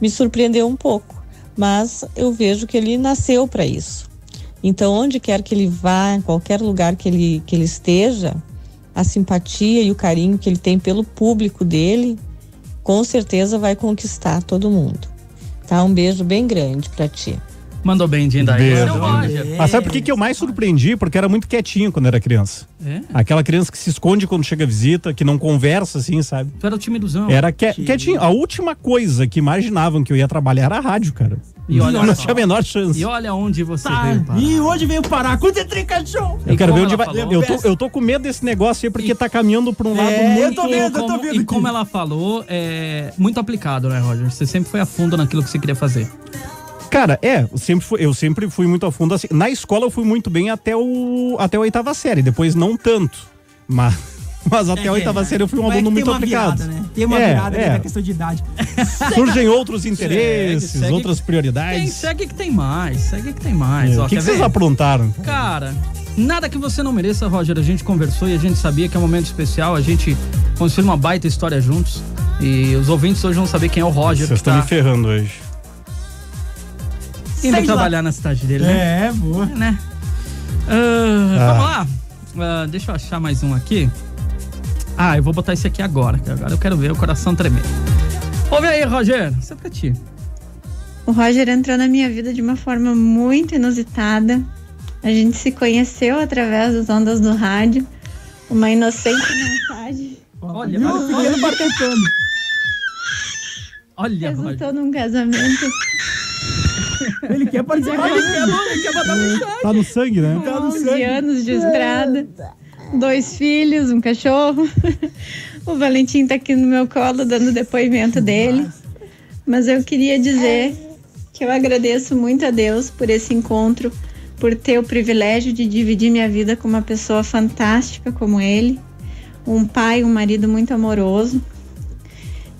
me surpreendeu um pouco. Mas eu vejo que ele nasceu para isso. Então, onde quer que ele vá, em qualquer lugar que ele, que ele esteja, a simpatia e o carinho que ele tem pelo público dele, com certeza vai conquistar todo mundo. Tá? Um beijo bem grande para ti. mandou bem, Dinda. Beijo, Esse é o Roger. Mas sabe por que, que eu mais surpreendi? Porque era muito quietinho quando era criança. É? Aquela criança que se esconde quando chega a visita, que não conversa assim, sabe? Tu era o time do Zão. Era que, quietinho. A última coisa que imaginavam que eu ia trabalhar era a rádio, cara. E olha não só. tinha a menor chance. E olha onde você veio, Tá. parar. E hoje veio parar com o é Detrinca Show. Eu E quero como ver onde ela vai. falou? É, Eu tô, eu tô com medo desse negócio aí, porque tá caminhando pra um lado muito. eu tô E vendo, eu tô como- vendo. E aqui. como ela falou, é muito aplicado, né, Roger? Você sempre foi a fundo naquilo que você queria fazer. Cara, é, eu sempre fui, eu sempre fui muito a fundo assim. Na escola eu fui muito bem até o até a oitava série, depois não tanto. Mas, mas até a oitava série eu fui um Como é que aluno tem muito uma aplicado. virada, né? Tem uma É, virada é. é. na questão de idade. Surgem outros interesses, segue. outras Tem, prioridades. segue que tem mais, segue que tem mais. É, ó, o que, que quer vocês ver? aprontaram? Cara, nada que você não mereça, Roger. A gente conversou e a gente sabia que é um momento especial. A gente construiu uma baita história juntos. E os ouvintes hoje vão saber quem é o Roger. Vocês que estão tá me ferrando hoje. Sei indo lá. trabalhar na cidade dele, né? É, boa. né? Ah, Vamos lá. Ah, deixa eu achar mais um aqui. Ah, eu vou botar esse aqui agora. que Agora eu quero ver o coração tremer. Ouve aí, Roger. Isso é pra ti. O Roger entrou na minha vida de uma forma muito inusitada. A gente se conheceu através das ondas do rádio. Uma inocente mensagem Olha, E olha, o pequeno barcatando. olha, Roger. resultou num casamento. Ele quer participar. Ele quer, ele quer botar Tá no sangue, né? Tá no 11 sangue. anos de estrada, dois filhos, um cachorro. O Valentim tá aqui no meu colo dando depoimento dele. Mas eu queria dizer que eu agradeço muito a Deus por esse encontro, por ter o privilégio de dividir minha vida com uma pessoa fantástica como ele, um pai, um marido muito amoroso.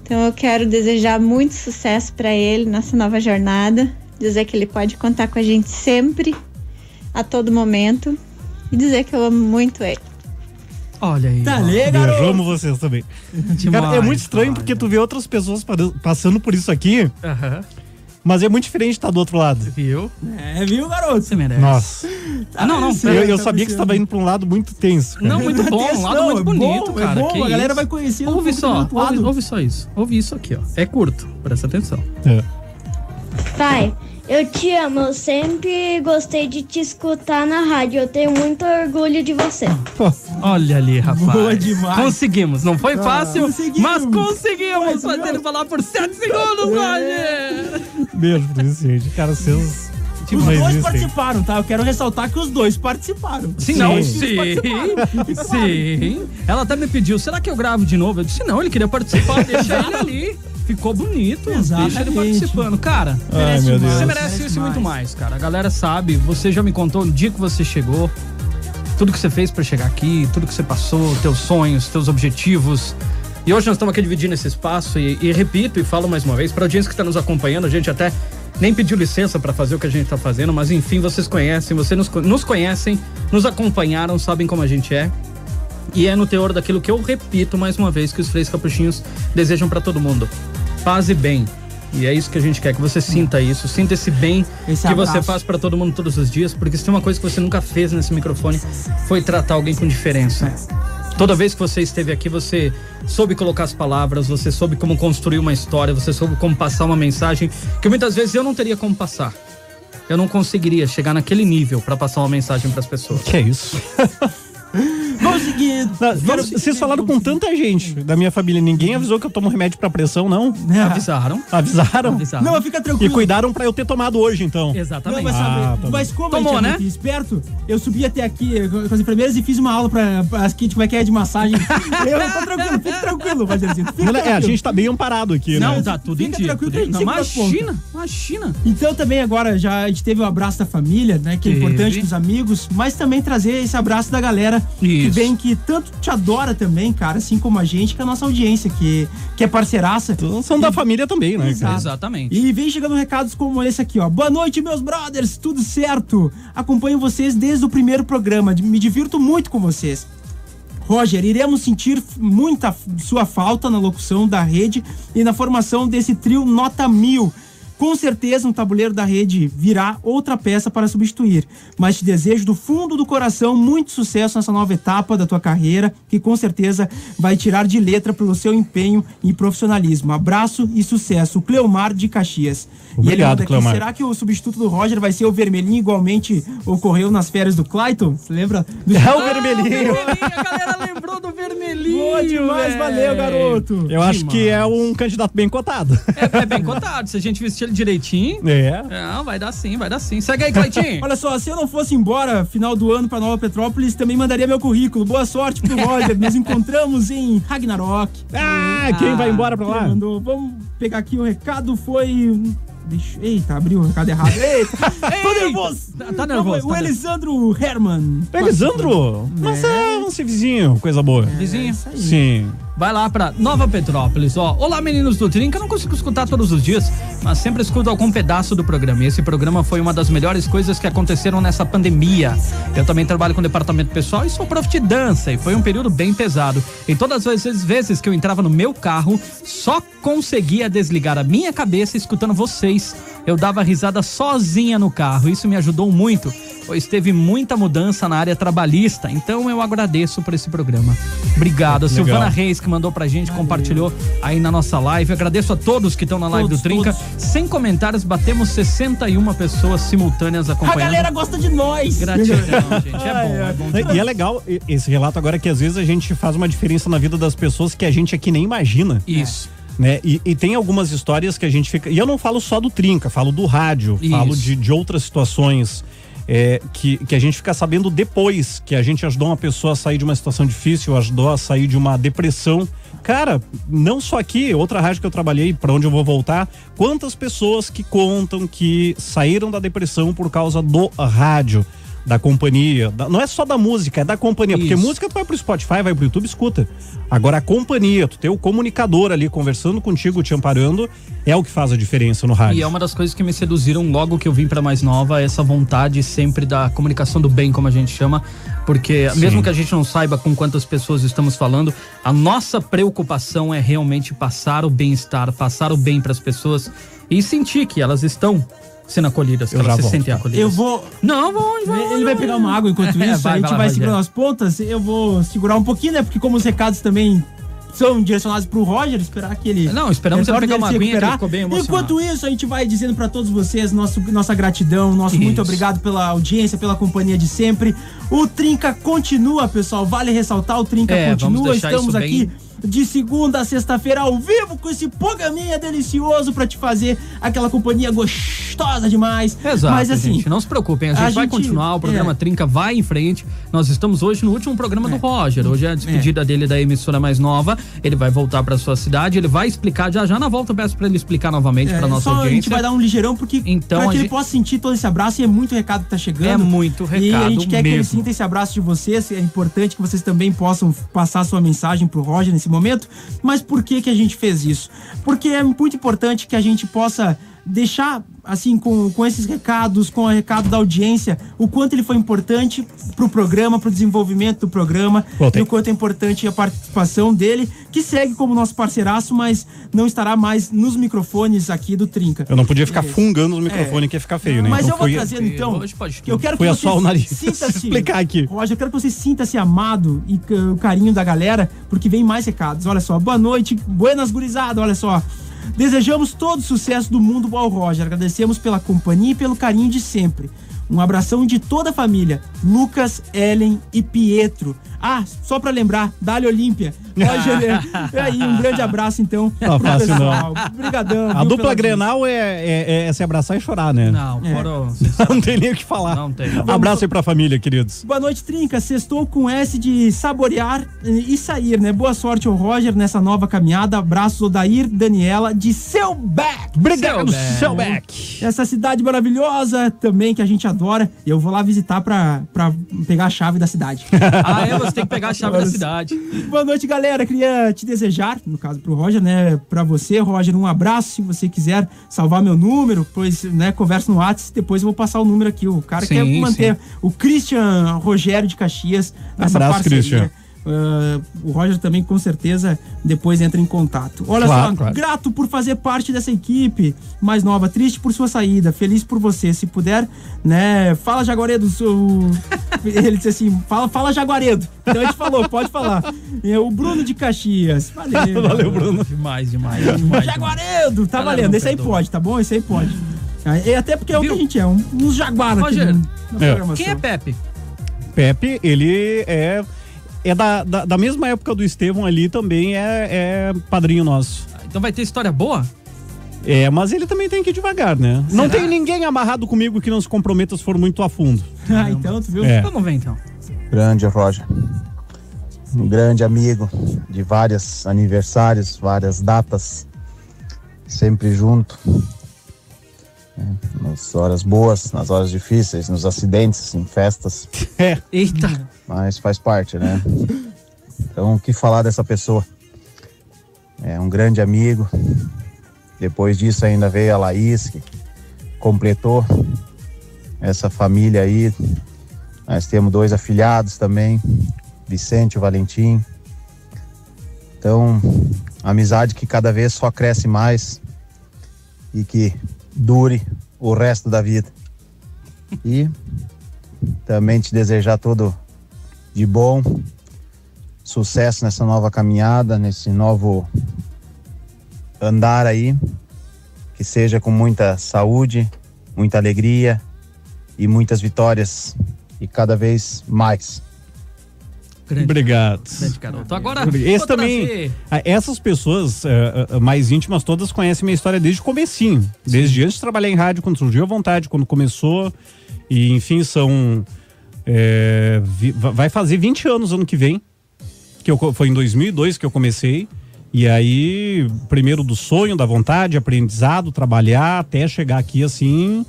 Então eu quero desejar muito sucesso para ele nessa nova jornada, dizer que ele pode contar com a gente sempre a todo momento e dizer que eu amo muito ele. Olha aí. Tá ó. legal. Eu amo vocês também. Cara, é Demais, muito estranho porque olha. tu vê outras pessoas pare- passando por isso aqui, Aham. mas é muito diferente estar do outro lado. Viu? É, viu, garoto? Você merece. Nossa. Ah, não, não. Eu, pera- eu sabia que você tava indo pra um lado muito tenso. cara. Não, muito bom. Um Então, lado Não, muito tá é bonito, bom, é cara. bom, que a galera isso. vai conhecendo Ouve um pouco do só. outro Ouve, lado. ouve só isso. Ouve isso aqui, ó. É curto. Presta atenção. É. Pai, eu te amo. Eu sempre gostei de te escutar na rádio. Eu tenho muito orgulho de você. Olha ali, rapaz. Boa demais. Conseguimos. Não foi fácil, conseguimos. É. mas conseguimos Mas, fazer meu- ele falar por 7 segundos, Roger. Beijo pra vocês, gente. Cara, vocês. Os não Tipo, dois existem. participaram, tá? Eu quero ressaltar que os dois participaram. Sim, não, Sim. sim. Sim. Ela até me pediu, será que eu gravo de novo? Eu disse, não, ele queria participar, deixa ele ali. Ficou bonito. Deixa ele participando. Cara, Ai, É. meu Deus. você merece isso e muito mais, cara. A galera sabe, você já me contou no dia que você chegou, tudo que você fez pra chegar aqui, tudo que você passou, teus sonhos, teus objetivos. E hoje nós estamos aqui dividindo esse espaço e, e repito e falo mais uma vez, pra audiência que está nos acompanhando, a gente até nem pediu licença pra fazer o que a gente tá fazendo, mas enfim, vocês conhecem, vocês nos, con- nos conhecem, nos acompanharam, sabem como a gente é. E é no teor daquilo que eu repito mais uma vez que os três capuchinhos desejam pra todo mundo. Paz e bem. E é isso que a gente quer, que você sinta isso, sinta esse bem que você abraço. faz pra todo mundo todos os dias, porque se tem uma coisa que você nunca fez nesse microfone, foi tratar alguém com diferença. Toda vez que você esteve aqui, você soube colocar as palavras, você soube como construir uma história, você soube como passar uma mensagem que muitas vezes eu não teria como passar. Eu não conseguiria chegar naquele nível pra passar uma mensagem pras pessoas. Que é isso? Vamos seguir. Vocês falaram com tanta gente da minha família. Ninguém avisou que eu tomo remédio pra pressão, não? Avisaram. Avisaram? Avisaram. Não, mas fica tranquilo. E cuidaram pra eu ter tomado hoje, então. Não, mas, sabe- mas como Tomou, a gente é né? muito esperto, eu subi até aqui com com as enfermeiras e fiz uma aula pra, pra as kit, como é que é, de massagem. eu tô tranquilo, fica tranquilo, Rogério. É, a gente tá bem amparado aqui, né? Não, tá tudo em dia, tudo em dia. Imagina, imagina. Então também agora já a gente teve o abraço da família, né? Que é Teve. importante dos amigos, mas também trazer esse abraço da galera que Isso. vem, que tanto te adora também, cara, assim como a gente, que é a nossa audiência, que, que é parceiraça. Então, É. São da família também, né? Tá. Exato. Exatamente. E vem chegando recados como esse aqui, ó. Boa noite, meus brothers, tudo certo? Acompanho vocês desde o primeiro programa, de- me divirto muito com vocês. Roger, iremos sentir f- muita f- sua falta na locução da rede e na formação desse trio nota mil. Com certeza, no tabuleiro da rede virá outra peça para substituir. Mas te desejo do fundo do coração muito sucesso nessa nova etapa da tua carreira, que com certeza vai tirar de letra pelo seu empenho e profissionalismo. Abraço e sucesso. Cleomar de Caxias. e ele Obrigado, manda aqui, Cleomar. Será que o substituto do Roger vai ser o vermelhinho, igualmente ocorreu nas férias do Clayton? Você lembra? Do É o vermelhinho. a galera lembrou do vermelhinho. Ah, Boa demais, velho. valeu, garoto. Eu acho que é um candidato bem cotado. É bem contado. Se a gente vestir ele direitinho. É. Não, vai dar sim, vai dar sim. Segue aí, Cleitinho. Olha só, se eu não fosse embora final do ano pra Nova Petrópolis, também mandaria meu currículo. Boa sorte pro Roger. Nos encontramos em Ragnarok. Ah, quem vai embora pra lá? Quem mandou? Vamos pegar aqui o recado. Foi. um- Deixa... Eita, abriu o recado errado. Eita, tô nervoso. Tá- tá nervoso, o tá nervoso. Elisandro Herman. Elisandro? Nossa, é um vizinho, coisa boa. Vizinho. Sim. Vai lá pra Nova Petrópolis, ó. Olá, meninos do Trinca. Eu não consigo escutar todos os dias, mas sempre escuto algum pedaço do programa. E esse programa foi uma das melhores coisas que aconteceram nessa pandemia. Eu também trabalho com departamento pessoal e sou prof de dança. E foi um período bem pesado. E todas as vezes- vezes que eu entrava no meu carro, só conseguia desligar a minha cabeça escutando vocês. Eu dava risada sozinha no carro. Isso me ajudou muito, pois teve muita mudança na área trabalhista. Então eu agradeço por esse programa. Obrigado, Legal. Silvana Reis que mandou pra gente, compartilhou aí na nossa live. Agradeço a todos que estão na live Todos, do Trinca. Sem comentários, batemos 61 pessoas simultâneas A acompanhando. galera gosta de nós. Gratidão, gente. É bom, é bom. E é legal e- esse relato agora é que às vezes a gente faz uma diferença na vida das pessoas que a gente aqui nem imagina. Isso. Né? E, e tem algumas histórias que a gente fica. E eu não falo só do Trinca, falo do rádio, Isso. falo de, de outras situações é, que, que a gente fica sabendo depois que a gente ajudou uma pessoa a sair de uma situação difícil, ajudou a sair de uma depressão. Cara, não só aqui, outra rádio que eu trabalhei, pra onde eu vou voltar, quantas pessoas que contam que saíram da depressão por causa do rádio, da companhia. da- não é só da música, é da companhia. Porque Isso. música música, tu vai pro é Spotify, vai pro YouTube, escuta. Agora a companhia, tu ter o comunicador ali conversando contigo, te amparando, é o que faz a diferença no rádio. E é uma das coisas que me seduziram logo que eu vim pra mais nova, essa vontade sempre da comunicação do bem, como a gente chama, porque mesmo que a gente não saiba com quantas pessoas estamos falando, a nossa preocupação é realmente passar o bem-estar, passar o bem pras pessoas e sentir que elas estão sendo acolhidas, que Eu já elas se volto. sentem acolhidas. Eu vou. Não, vamos, vamos. Ele vai pegar uma água enquanto isso, É, vai, a gente vai, vai lá, Rogério. segurando as pontas. Eu vou segurar um pouquinho, né? Porque como os recados também são direcionados pro Roger, esperar que ele. Não, esperamos ele retorne, pegar uma se aguinha, que ele recuperar. ficou bem emocionado. Enquanto isso, a gente vai dizendo pra todos vocês nosso, nossa gratidão, nosso Isso. muito obrigado pela audiência, pela companhia de sempre. O Trinca continua, pessoal. Vale ressaltar, o Trinca É, vamos continua. deixar Estamos isso bem- aqui de segunda a sexta-feira ao vivo com esse programinha delicioso pra te fazer aquela companhia gostosa gostosa demais. Exato, Mas assim, gente, não se preocupem, a gente a vai gente- continuar, o programa é. Trinca vai em frente. Nós estamos hoje no último programa do Roger. Hoje é a despedida dele da emissora mais nova. Ele vai voltar para sua cidade, ele vai explicar já já na volta eu peço para ele explicar novamente É, para nossa só a audiência. gente vai dar um ligeirão porque Então, pra que a ele gente- possa sentir todo esse abraço e é muito recado que tá chegando. É muito E a recado gente quer que ele mesmo. sinta esse abraço de vocês. É importante que vocês também possam passar sua mensagem pro Roger nesse momento. Mas por que que a gente fez isso? Porque é muito importante que a gente possa deixar assim com, com esses recados, com o recado da audiência, o quanto ele foi importante pro programa, pro desenvolvimento do programa, Voltei. e o quanto é importante a participação dele, que segue como nosso parceiraço, mas não estará mais nos microfones aqui do Trinca. Eu não podia ficar Isso. É. fungando no microfone, que ia ficar feio, né? Mas Então eu vou foi- trazer então. que eu quero que Foi você só o nariz. sinta-se. Explicar aqui. Roger, eu quero que você sinta-se amado e c- o carinho da galera, porque vem mais recados. Olha só, boa noite, buenas gurizada, olha só. Desejamos todo o sucesso do mundo ao Roger. Agradecemos pela companhia e pelo carinho de sempre. Um abração de toda a família, Lucas, Ellen e Pietro. Ah, só pra lembrar, Dali Olímpia. Roger, é aí, um grande abraço então. Não, é pro fácil pessoal. não. Obrigadão. A viu, dupla pela dica. Grenal é, é- é se abraçar e chorar, né? Não, É. foram- Não tem nem o que falar. Não tem. Abraço aí pra família, queridos. Boa noite, Trinca. Sextou com S de saborear eh, e sair, né? Boa sorte ao Roger nessa nova caminhada. Abraços, Odair, Daniela, de Selbeck. Obrigado, Selbeck. Essa cidade maravilhosa também que a gente adora. Eu vou lá visitar pra, pra pegar a chave da cidade. Ah, é, você tem que pegar a chave da cidade. Boa noite, galera. Queria te desejar, no caso pro Roger, né? Pra você, Roger, um abraço. Se você quiser salvar meu número, pois, né, conversa no WhatsApp. Depois eu vou passar o número aqui. O cara Sim, quer manter. sim. O Christian Rogério de Caxias. Abraço, Christian. Ah, o Roger também, com certeza, depois entra em contato. Olha Claro, só, claro. grato por fazer parte dessa equipe mais nova, triste por sua saída, feliz por você. Se puder, né? Fala Jaguaredo. o- Ele disse assim: fala, fala Jaguaredo. Então a gente falou, pode falar. É, o Bruno de Caxias. Valeu. Valeu, Bruno. Demais, demais, demais. demais. Jaguaredo, tá Galera, valendo. não Esse aí perdoa. pode, tá bom? Esse aí pode. É, até porque é o que a gente é, um, uns jaguaras aqui Rogério, na É. programação. Quem é Pepe? Pepe, ele é. É da, da, da mesma época do Estevão ali também, é, é padrinho nosso. Então vai ter história boa? É, mas ele também tem que ir devagar, né? Não tem ninguém amarrado comigo que não se comprometa se for muito a fundo. Ah, então, tu viu? É. Vamos ver então. Grande Roger. Um grande amigo de vários aniversários, várias datas, sempre junto. né? Nas horas boas, nas horas difíceis, nos acidentes, em festas, É. Eita, mas faz parte, né? Então, o que falar dessa pessoa? É um grande amigo. Depois disso, ainda veio a Laís, que completou essa família aí. Nós temos dois afilhados também, Vicente e o Valentim. Então, amizade que cada vez só cresce mais e que dure o resto da vida. E também te desejar todo de bom, sucesso nessa nova caminhada, né? nesse novo andar aí, que seja com muita saúde, muita alegria e muitas vitórias e cada vez mais. grande, Obrigado. grande garoto. Agora, Esse vou também, trazer- ah, essas pessoas ah, ah, mais íntimas todas conhecem minha história desde o comecinho. Desde antes de trabalhar em rádio, quando surgiu a vontade, quando começou. E enfim, são... é, vi- va- vai fazer 20 anos ano que vem. Que eu, co- foi em 2002 que eu comecei. E aí, primeiro do sonho, da vontade, aprendizado, trabalhar, até chegar aqui assim...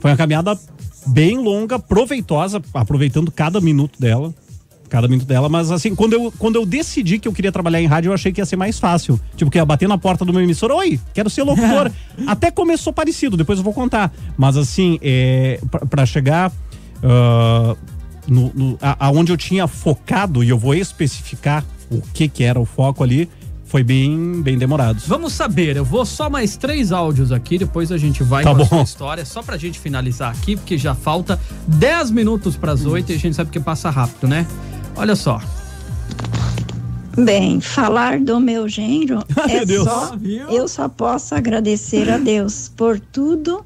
Foi uma caminhada bem longa, proveitosa, aproveitando cada minuto dela. Cada minuto dela, mas assim, quando eu, quando eu decidi que eu queria trabalhar em rádio, eu achei que ia ser mais fácil. Tipo, que ia bater na porta do meu emissor, oi, quero ser locutor. Até começou parecido, depois eu vou contar. Mas assim, é, pra- pra chegar ah, no, no- a- aonde eu tinha focado, e eu vou especificar o que que era o foco ali, foi bem, bem demorado. Vamos saber, eu vou só mais três áudios aqui, depois a gente vai Tá com bom. a sua história, só pra gente finalizar aqui, porque já falta 10 minutos pras 8 e a gente sabe que passa rápido, né? Olha só. Bem, falar do meu gênero é só, eu só posso agradecer a Deus por tudo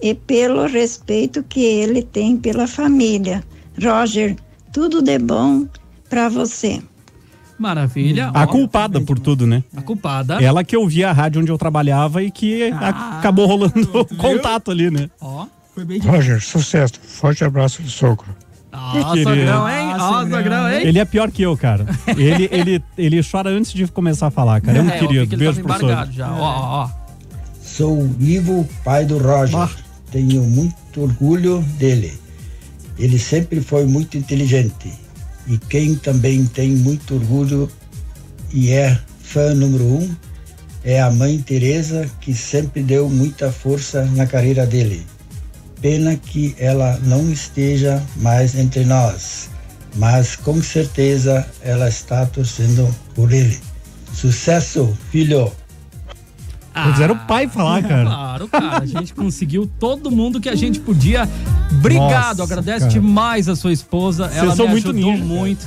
e pelo respeito que ele tem pela família. Roger, tudo de bom para você. Maravilha. Hum. A ó. culpada por tudo, né? A culpada. Ela que ouvia a rádio onde eu trabalhava e que Ah, a- acabou rolando o contato ali, né? Ó. Foi bem Roger, sucesso. Forte abraço do sogro. Ah, sogrão, hein? Ah, sogrão, hein? Ele é pior que eu, cara. Ele, ele, ele chora antes de começar a falar, cara. É um ó, querido. porque ele Beijo tava pro embargado sogro. já. Ó, ó, ó. Sou o Ivo, pai do Roger. Tenho muito orgulho dele. Ele sempre foi muito inteligente. E quem também tem muito orgulho e é fã número um é a mãe Teresa, que sempre deu muita força na carreira dele. Pena que ela não esteja mais entre nós, mas com certeza ela está torcendo por ele. Sucesso, filho! Fizeram o pai Ah. falar, cara. Claro, cara. A gente conseguiu todo mundo que a gente podia. Obrigado. Nossa, Agradece cara. demais a sua esposa. Vocês Ela são me muito ajudou ninja, cara. muito.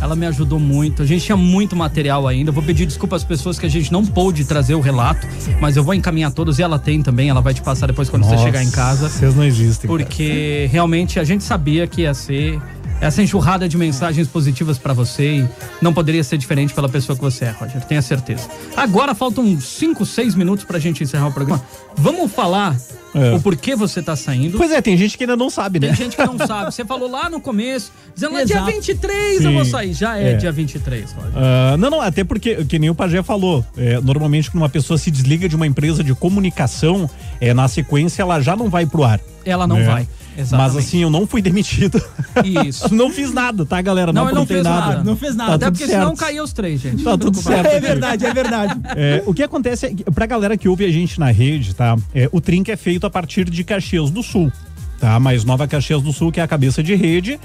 Ela me ajudou muito. A gente tinha muito material ainda. Eu Vou pedir desculpa às pessoas que a gente não pôde trazer o relato, mas eu vou encaminhar todos e ela tem também. Ela vai te passar depois quando você Nossa, chegar em casa. Vocês não existem. cara. Porque realmente a gente sabia que ia ser essa enxurrada de mensagens positivas pra você e não poderia ser diferente pela pessoa que você é, Roger, tenha certeza. Agora faltam 5, 6 minutos pra gente encerrar o programa. Vamos falar É. o porquê você tá saindo. Pois é, tem gente que ainda não sabe, né? Tem gente que não sabe. Você falou lá no começo, dizendo lá, dia Exato. 23 eu vou Sim. sair. Já é, É. dia 23, Roger. Ah, não, não, até porque, que nem o Pajé falou, é, normalmente quando uma pessoa se desliga de uma empresa de comunicação, é, na sequência ela já não vai pro ar. Né? Ela não vai, exatamente. É. Mas assim, eu não fui demitido. Isso. não fiz nada, tá, galera? Não, Não, ele não aprontei fez nada. nada. Não fez nada. Tá Até tudo porque certo. senão caiu os três, gente. Tá Não tudo preocupa. certo. é verdade. É, o que acontece é que, pra galera que ouve a gente na rede, tá? É, o Trink é feito a partir de Caxias do Sul, tá? Mas Nova Caxias do Sul, que é a cabeça de rede.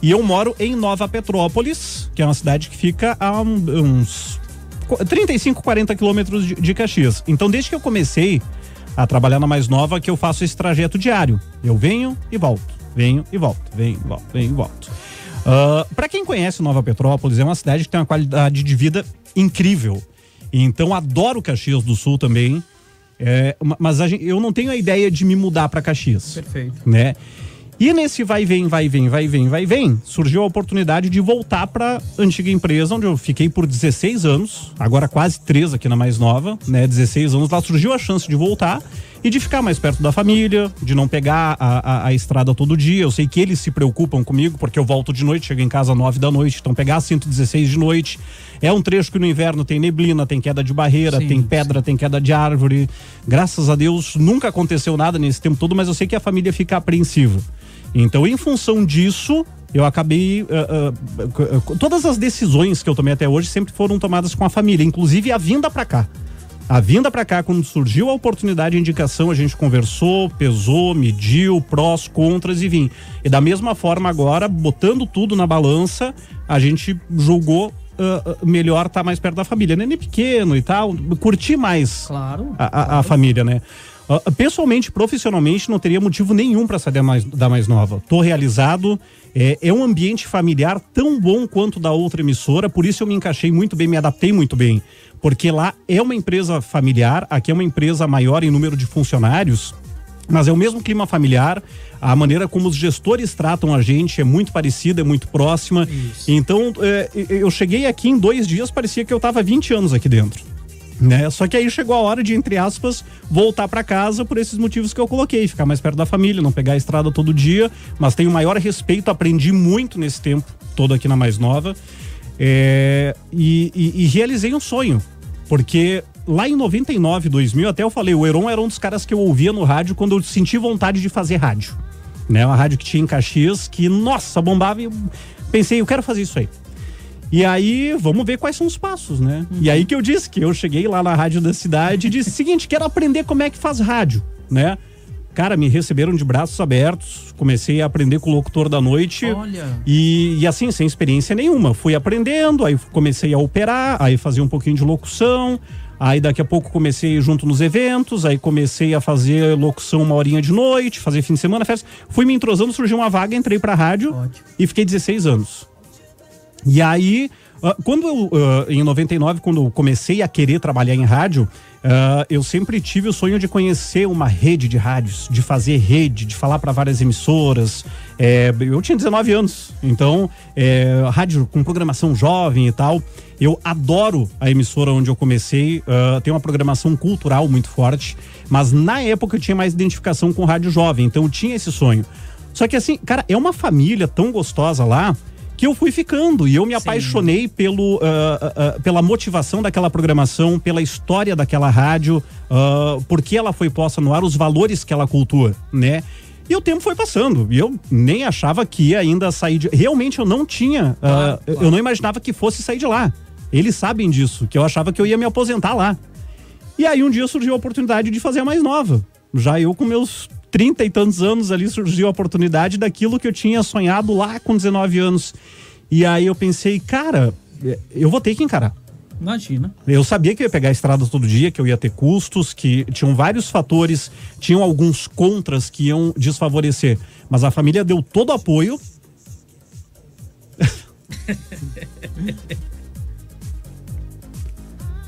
E eu moro em Nova Petrópolis, que é uma cidade que fica a um- uns qu- 35, 40 quilômetros de, de Caxias. Então, desde que eu comecei a trabalhar na Mais Nova, que eu faço esse trajeto diário. Eu venho e volto, venho e volto, venho e volto, venho e volto. Ah, Pra quem conhece Nova Petrópolis, é uma cidade que tem uma qualidade de vida incrível. Então, adoro Caxias do Sul também. É, ma- mas a gen- eu não tenho a ideia de me mudar pra Caxias. Perfeito. Né? E nesse vai e vem, vai e vem, vai e vem, vai e vem, surgiu a oportunidade de voltar pra antiga empresa, onde eu fiquei por 16 anos, agora quase 3 aqui na mais nova, né? 16 anos, lá surgiu a chance de voltar e de ficar mais perto da família, de não pegar a, a- a estrada todo dia. Eu sei que eles se preocupam comigo, porque eu volto de noite, chego em casa às 9 da noite, então pegar a 116 de noite. É um trecho que no inverno tem neblina, tem queda de barreira, tem pedra, tem queda de árvore. Graças a Deus nunca aconteceu nada nesse tempo todo, mas eu sei que a família fica apreensiva. Então, em função disso, eu acabei. ah, ah, c- c- todas as decisões que eu tomei até hoje sempre foram tomadas com a família, inclusive a vinda pra cá. A vinda pra cá, quando surgiu a oportunidade de indicação, a gente conversou, pesou, mediu, prós, contras e vim. E da mesma forma agora, botando tudo na balança, a gente julgou ah, ah, melhor estar mais perto da família. Neném pequeno e tal, curtir mais Claro. a, a- a família, né? Ah, Pessoalmente, profissionalmente, não teria motivo nenhum para sair da mais, da mais nova. Tô realizado. É, é um ambiente familiar tão bom quanto da outra emissora, por isso eu me encaixei muito bem, me adaptei muito bem. Porque lá é uma empresa familiar, aqui é uma empresa maior em número de funcionários, mas é o mesmo clima familiar, a maneira como os gestores tratam a gente é muito parecida, é muito próxima. Então, é, eu cheguei aqui em dois dias, parecia que eu estava 20 anos aqui dentro. Né? Só que aí chegou a hora de, entre aspas, voltar para casa por esses motivos que eu coloquei, ficar mais perto da família, não pegar a estrada todo dia, mas tenho o maior respeito, aprendi muito nesse tempo todo aqui na Mais Nova. É, e, e- e realizei um sonho. Porque lá em 99, 2000, até eu falei, o Heron era um dos caras que eu ouvia no rádio quando eu senti vontade de fazer rádio. Né? Uma rádio que tinha em Caxias, que, nossa, bombava e eu pensei, eu quero fazer isso aí. E aí, vamos ver quais são os passos, né? E aí que eu disse que eu cheguei lá na rádio da cidade e disse: seguinte, quero aprender como é que faz rádio, né? Cara, me receberam de braços abertos, comecei a aprender com o locutor da noite. Olha. E, e assim, sem experiência nenhuma. Fui aprendendo, aí comecei a operar, aí fazia um pouquinho de locução. Aí daqui a pouco comecei junto nos eventos, aí comecei a fazer locução uma horinha de noite, fazer fim de semana, festa. Fui me entrosando, surgiu uma vaga, entrei pra rádio e fiquei 16 anos. E aí, Ah, Quando eu, ah, em 99, quando eu comecei a querer trabalhar em rádio, ah, eu sempre tive o sonho de conhecer uma rede de rádios, de fazer rede, de falar para várias emissoras. É, eu tinha 19 anos, então, é, rádio com programação jovem e tal. Eu adoro a emissora onde eu comecei, ah, tem uma programação cultural muito forte, mas na época eu tinha mais identificação com rádio jovem, então eu tinha esse sonho. Só que assim, cara, é uma família tão gostosa lá que eu fui ficando e eu me apaixonei pelo, ah, ah, ah, pela motivação daquela programação, pela história daquela rádio, ah, por que ela foi posta no ar, os valores que ela cultua, né? E o tempo foi passando e eu nem achava que ia ainda sair de. Realmente eu não tinha, ah, eu não imaginava que fosse sair de lá. Eles sabem disso, que eu achava que eu ia me aposentar lá. E aí um dia surgiu a oportunidade de fazer a mais nova. Já eu com meus 30 e tantos anos ali surgiu a oportunidade daquilo que eu tinha sonhado lá com 19 anos. E aí eu pensei, cara, eu vou ter que encarar. Imagina. Eu sabia que eu ia pegar a estrada todo dia, que eu ia ter custos, que tinham vários fatores, tinham alguns contras que iam desfavorecer. Mas a família deu todo o apoio.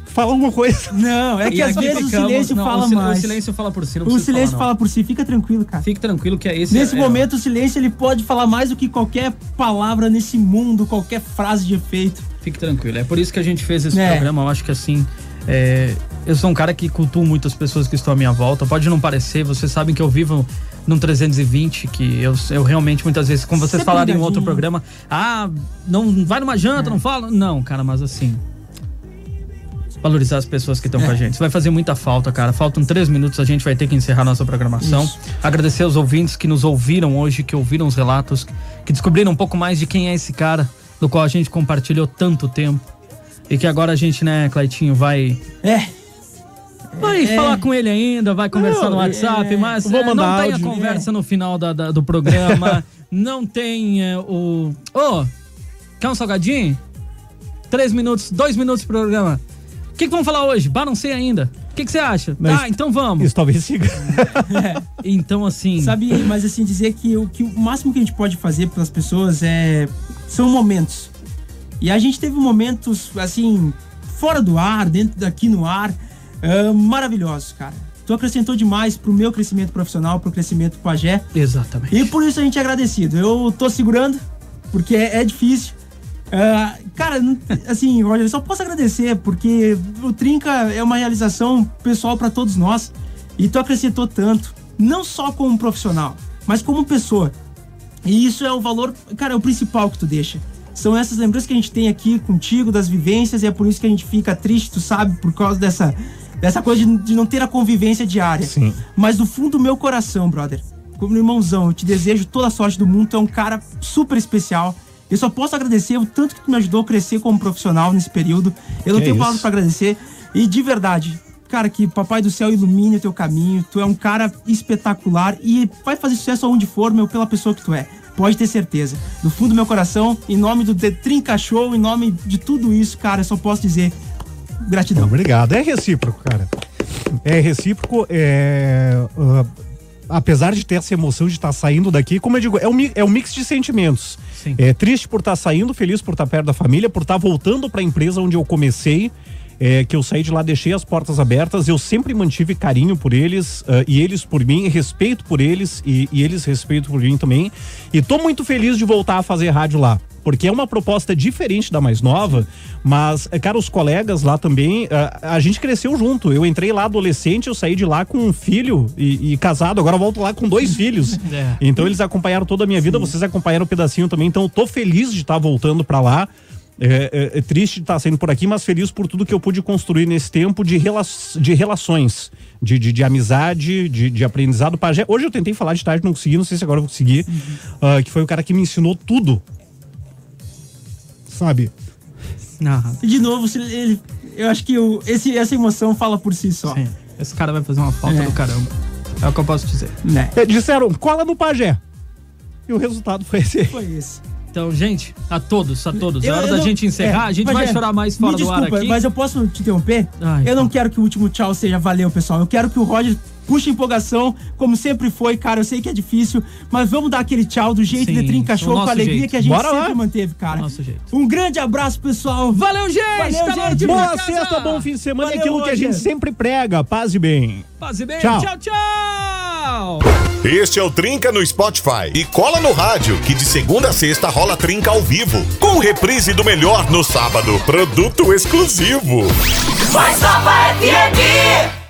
Fala alguma coisa. Não, é que E às aqui vezes o ficamos- silêncio não, fala o sil- mais. O silêncio fala por si, não O precisa silêncio falar, fala por si, fica tranquilo, cara. Fique tranquilo que é esse. Nesse é- momento, o silêncio ele pode falar mais do que qualquer palavra nesse mundo, qualquer frase de efeito. Fique tranquilo. É por isso que a gente fez esse É. programa. Eu acho que assim. é, eu sou um cara que cultuo muito as pessoas que estão à minha volta. Pode não parecer, vocês sabem que eu vivo num 320, que eu, eu realmente muitas vezes, como vocês Sempre falaram em outro ligadinho. programa, ah, não vai numa janta, não fala. Não, cara, mas assim. Valorizar as pessoas que estão com a gente. Isso vai fazer muita falta, cara. Faltam três minutos, a gente vai ter que encerrar nossa programação. Isso. Agradecer aos ouvintes que nos ouviram hoje, que ouviram os relatos, que descobriram um pouco mais de quem é esse cara, do qual a gente compartilhou tanto tempo. E que agora a gente, né, Claitinho, vai. É. Vai É. falar com ele ainda, vai conversar Não, no WhatsApp, é. mas Vou é, não mandar tem a áudio. É. conversa no final da- da- do programa. não tem é, o. Ô, quer um salgadinho? Três minutos, dois minutos pro programa. O que, que vamos falar hoje? Bah, não sei ainda. O que, que você acha? Mas- tá, então vamos. Isso talvez siga. Então, assim. Sabe, mas assim, dizer que o, que o máximo que a gente pode fazer pelas pessoas é. são momentos. E a gente teve momentos, assim, fora do ar, dentro daqui no ar, ah, maravilhosos, cara. Tu acrescentou demais pro meu crescimento profissional, pro crescimento pajé. Exatamente. E por isso a gente é agradecido. Eu tô segurando, porque é, é difícil. Ah, cara, não- assim, Roger, eu só posso agradecer, porque o Trinca é uma realização pessoal pra todos nós. E tu acrescentou tanto, não só como profissional, mas como pessoa. E isso é o valor, cara, é o principal que tu deixa. São essas lembranças que a gente tem aqui contigo, das vivências, e é por isso que a gente fica triste, tu sabe, por causa dessa, dessa coisa de, de não ter a convivência diária. Sim. Mas do fundo do meu coração, brother, como irmãozão, eu te desejo toda a sorte do mundo, tu é um cara super especial. Eu só posso agradecer o tanto que tu me ajudou a crescer como profissional nesse período. Eu não Que tenho isso. palavras pra agradecer. E de verdade, cara, que Papai do Céu ilumine o teu caminho. Tu é um cara espetacular e vai fazer sucesso aonde for, meu, pela pessoa que tu é. Pode ter certeza. Do fundo do meu coração, em nome do The Trinca Show, em nome de tudo isso, cara, eu só posso dizer gratidão. Obrigado. É recíproco, cara. É recíproco. É, ah, apesar de ter essa emoção de estar saindo daqui, como eu digo, é um, mi- é um mix de sentimentos. Sim. É triste por estar saindo, feliz por estar perto da família, por estar voltando para a empresa onde eu comecei. é, que eu saí de lá, deixei as portas abertas. Eu sempre mantive carinho por eles ah, e eles por mim, respeito por eles e, e eles respeito por mim também. E tô muito feliz de voltar a fazer rádio lá porque é uma proposta diferente da mais nova, mas, eh, cara, os colegas lá também, ah, a, gente cresceu junto. Eu entrei lá adolescente, eu saí de lá com um filho e, e casado, agora eu volto lá com dois filhos. É. Então eles acompanharam toda a minha vida, vocês acompanharam um pedacinho também, então eu tô feliz de estar voltando pra lá. É, é, é triste estar saindo por aqui, mas feliz por tudo que eu pude construir nesse tempo de, rela de relações, de, de, de amizade, de, de aprendizado. Pajé, hoje eu tentei falar de tarde, não consegui, não sei se agora eu vou conseguir. ah, que foi o cara que me ensinou tudo sabe? E de novo, se ele- eu acho que o- esse, essa emoção fala por si só. Esse cara vai fazer uma falta É. do caramba. É o que eu posso dizer. Né? É, Disseram, cola no pajé. E o resultado foi esse. Foi esse. Então, gente, a todos, a todos. Eu- é hora eu da não- gente encerrar. é, a gente vai Rogério, chorar mais fora me do ar desculpa, aqui. Mas eu posso te interromper? eu não quero que o último tchau seja valeu, pessoal. Eu quero que o Roger puxa empolgação, como sempre foi, cara. Eu sei que é difícil, mas vamos dar aquele tchau do jeito de Trinca Show, com a alegria que a gente sempre manteve, cara. Nosso jeito. Um grande abraço, pessoal. Valeu, gente! Tá na hora de ir pra Boa casa. sexta, bom fim de semana. Valeu, é aquilo que a Roger. gente sempre prega. Paz e bem. é- Paz e bem. Tchau. tchau. tchau. Este é o Trinca no Spotify. E cola no rádio, que de segunda a sexta rola Trinca ao vivo. Com reprise do melhor no sábado. Produto exclusivo. Mais Nova FM.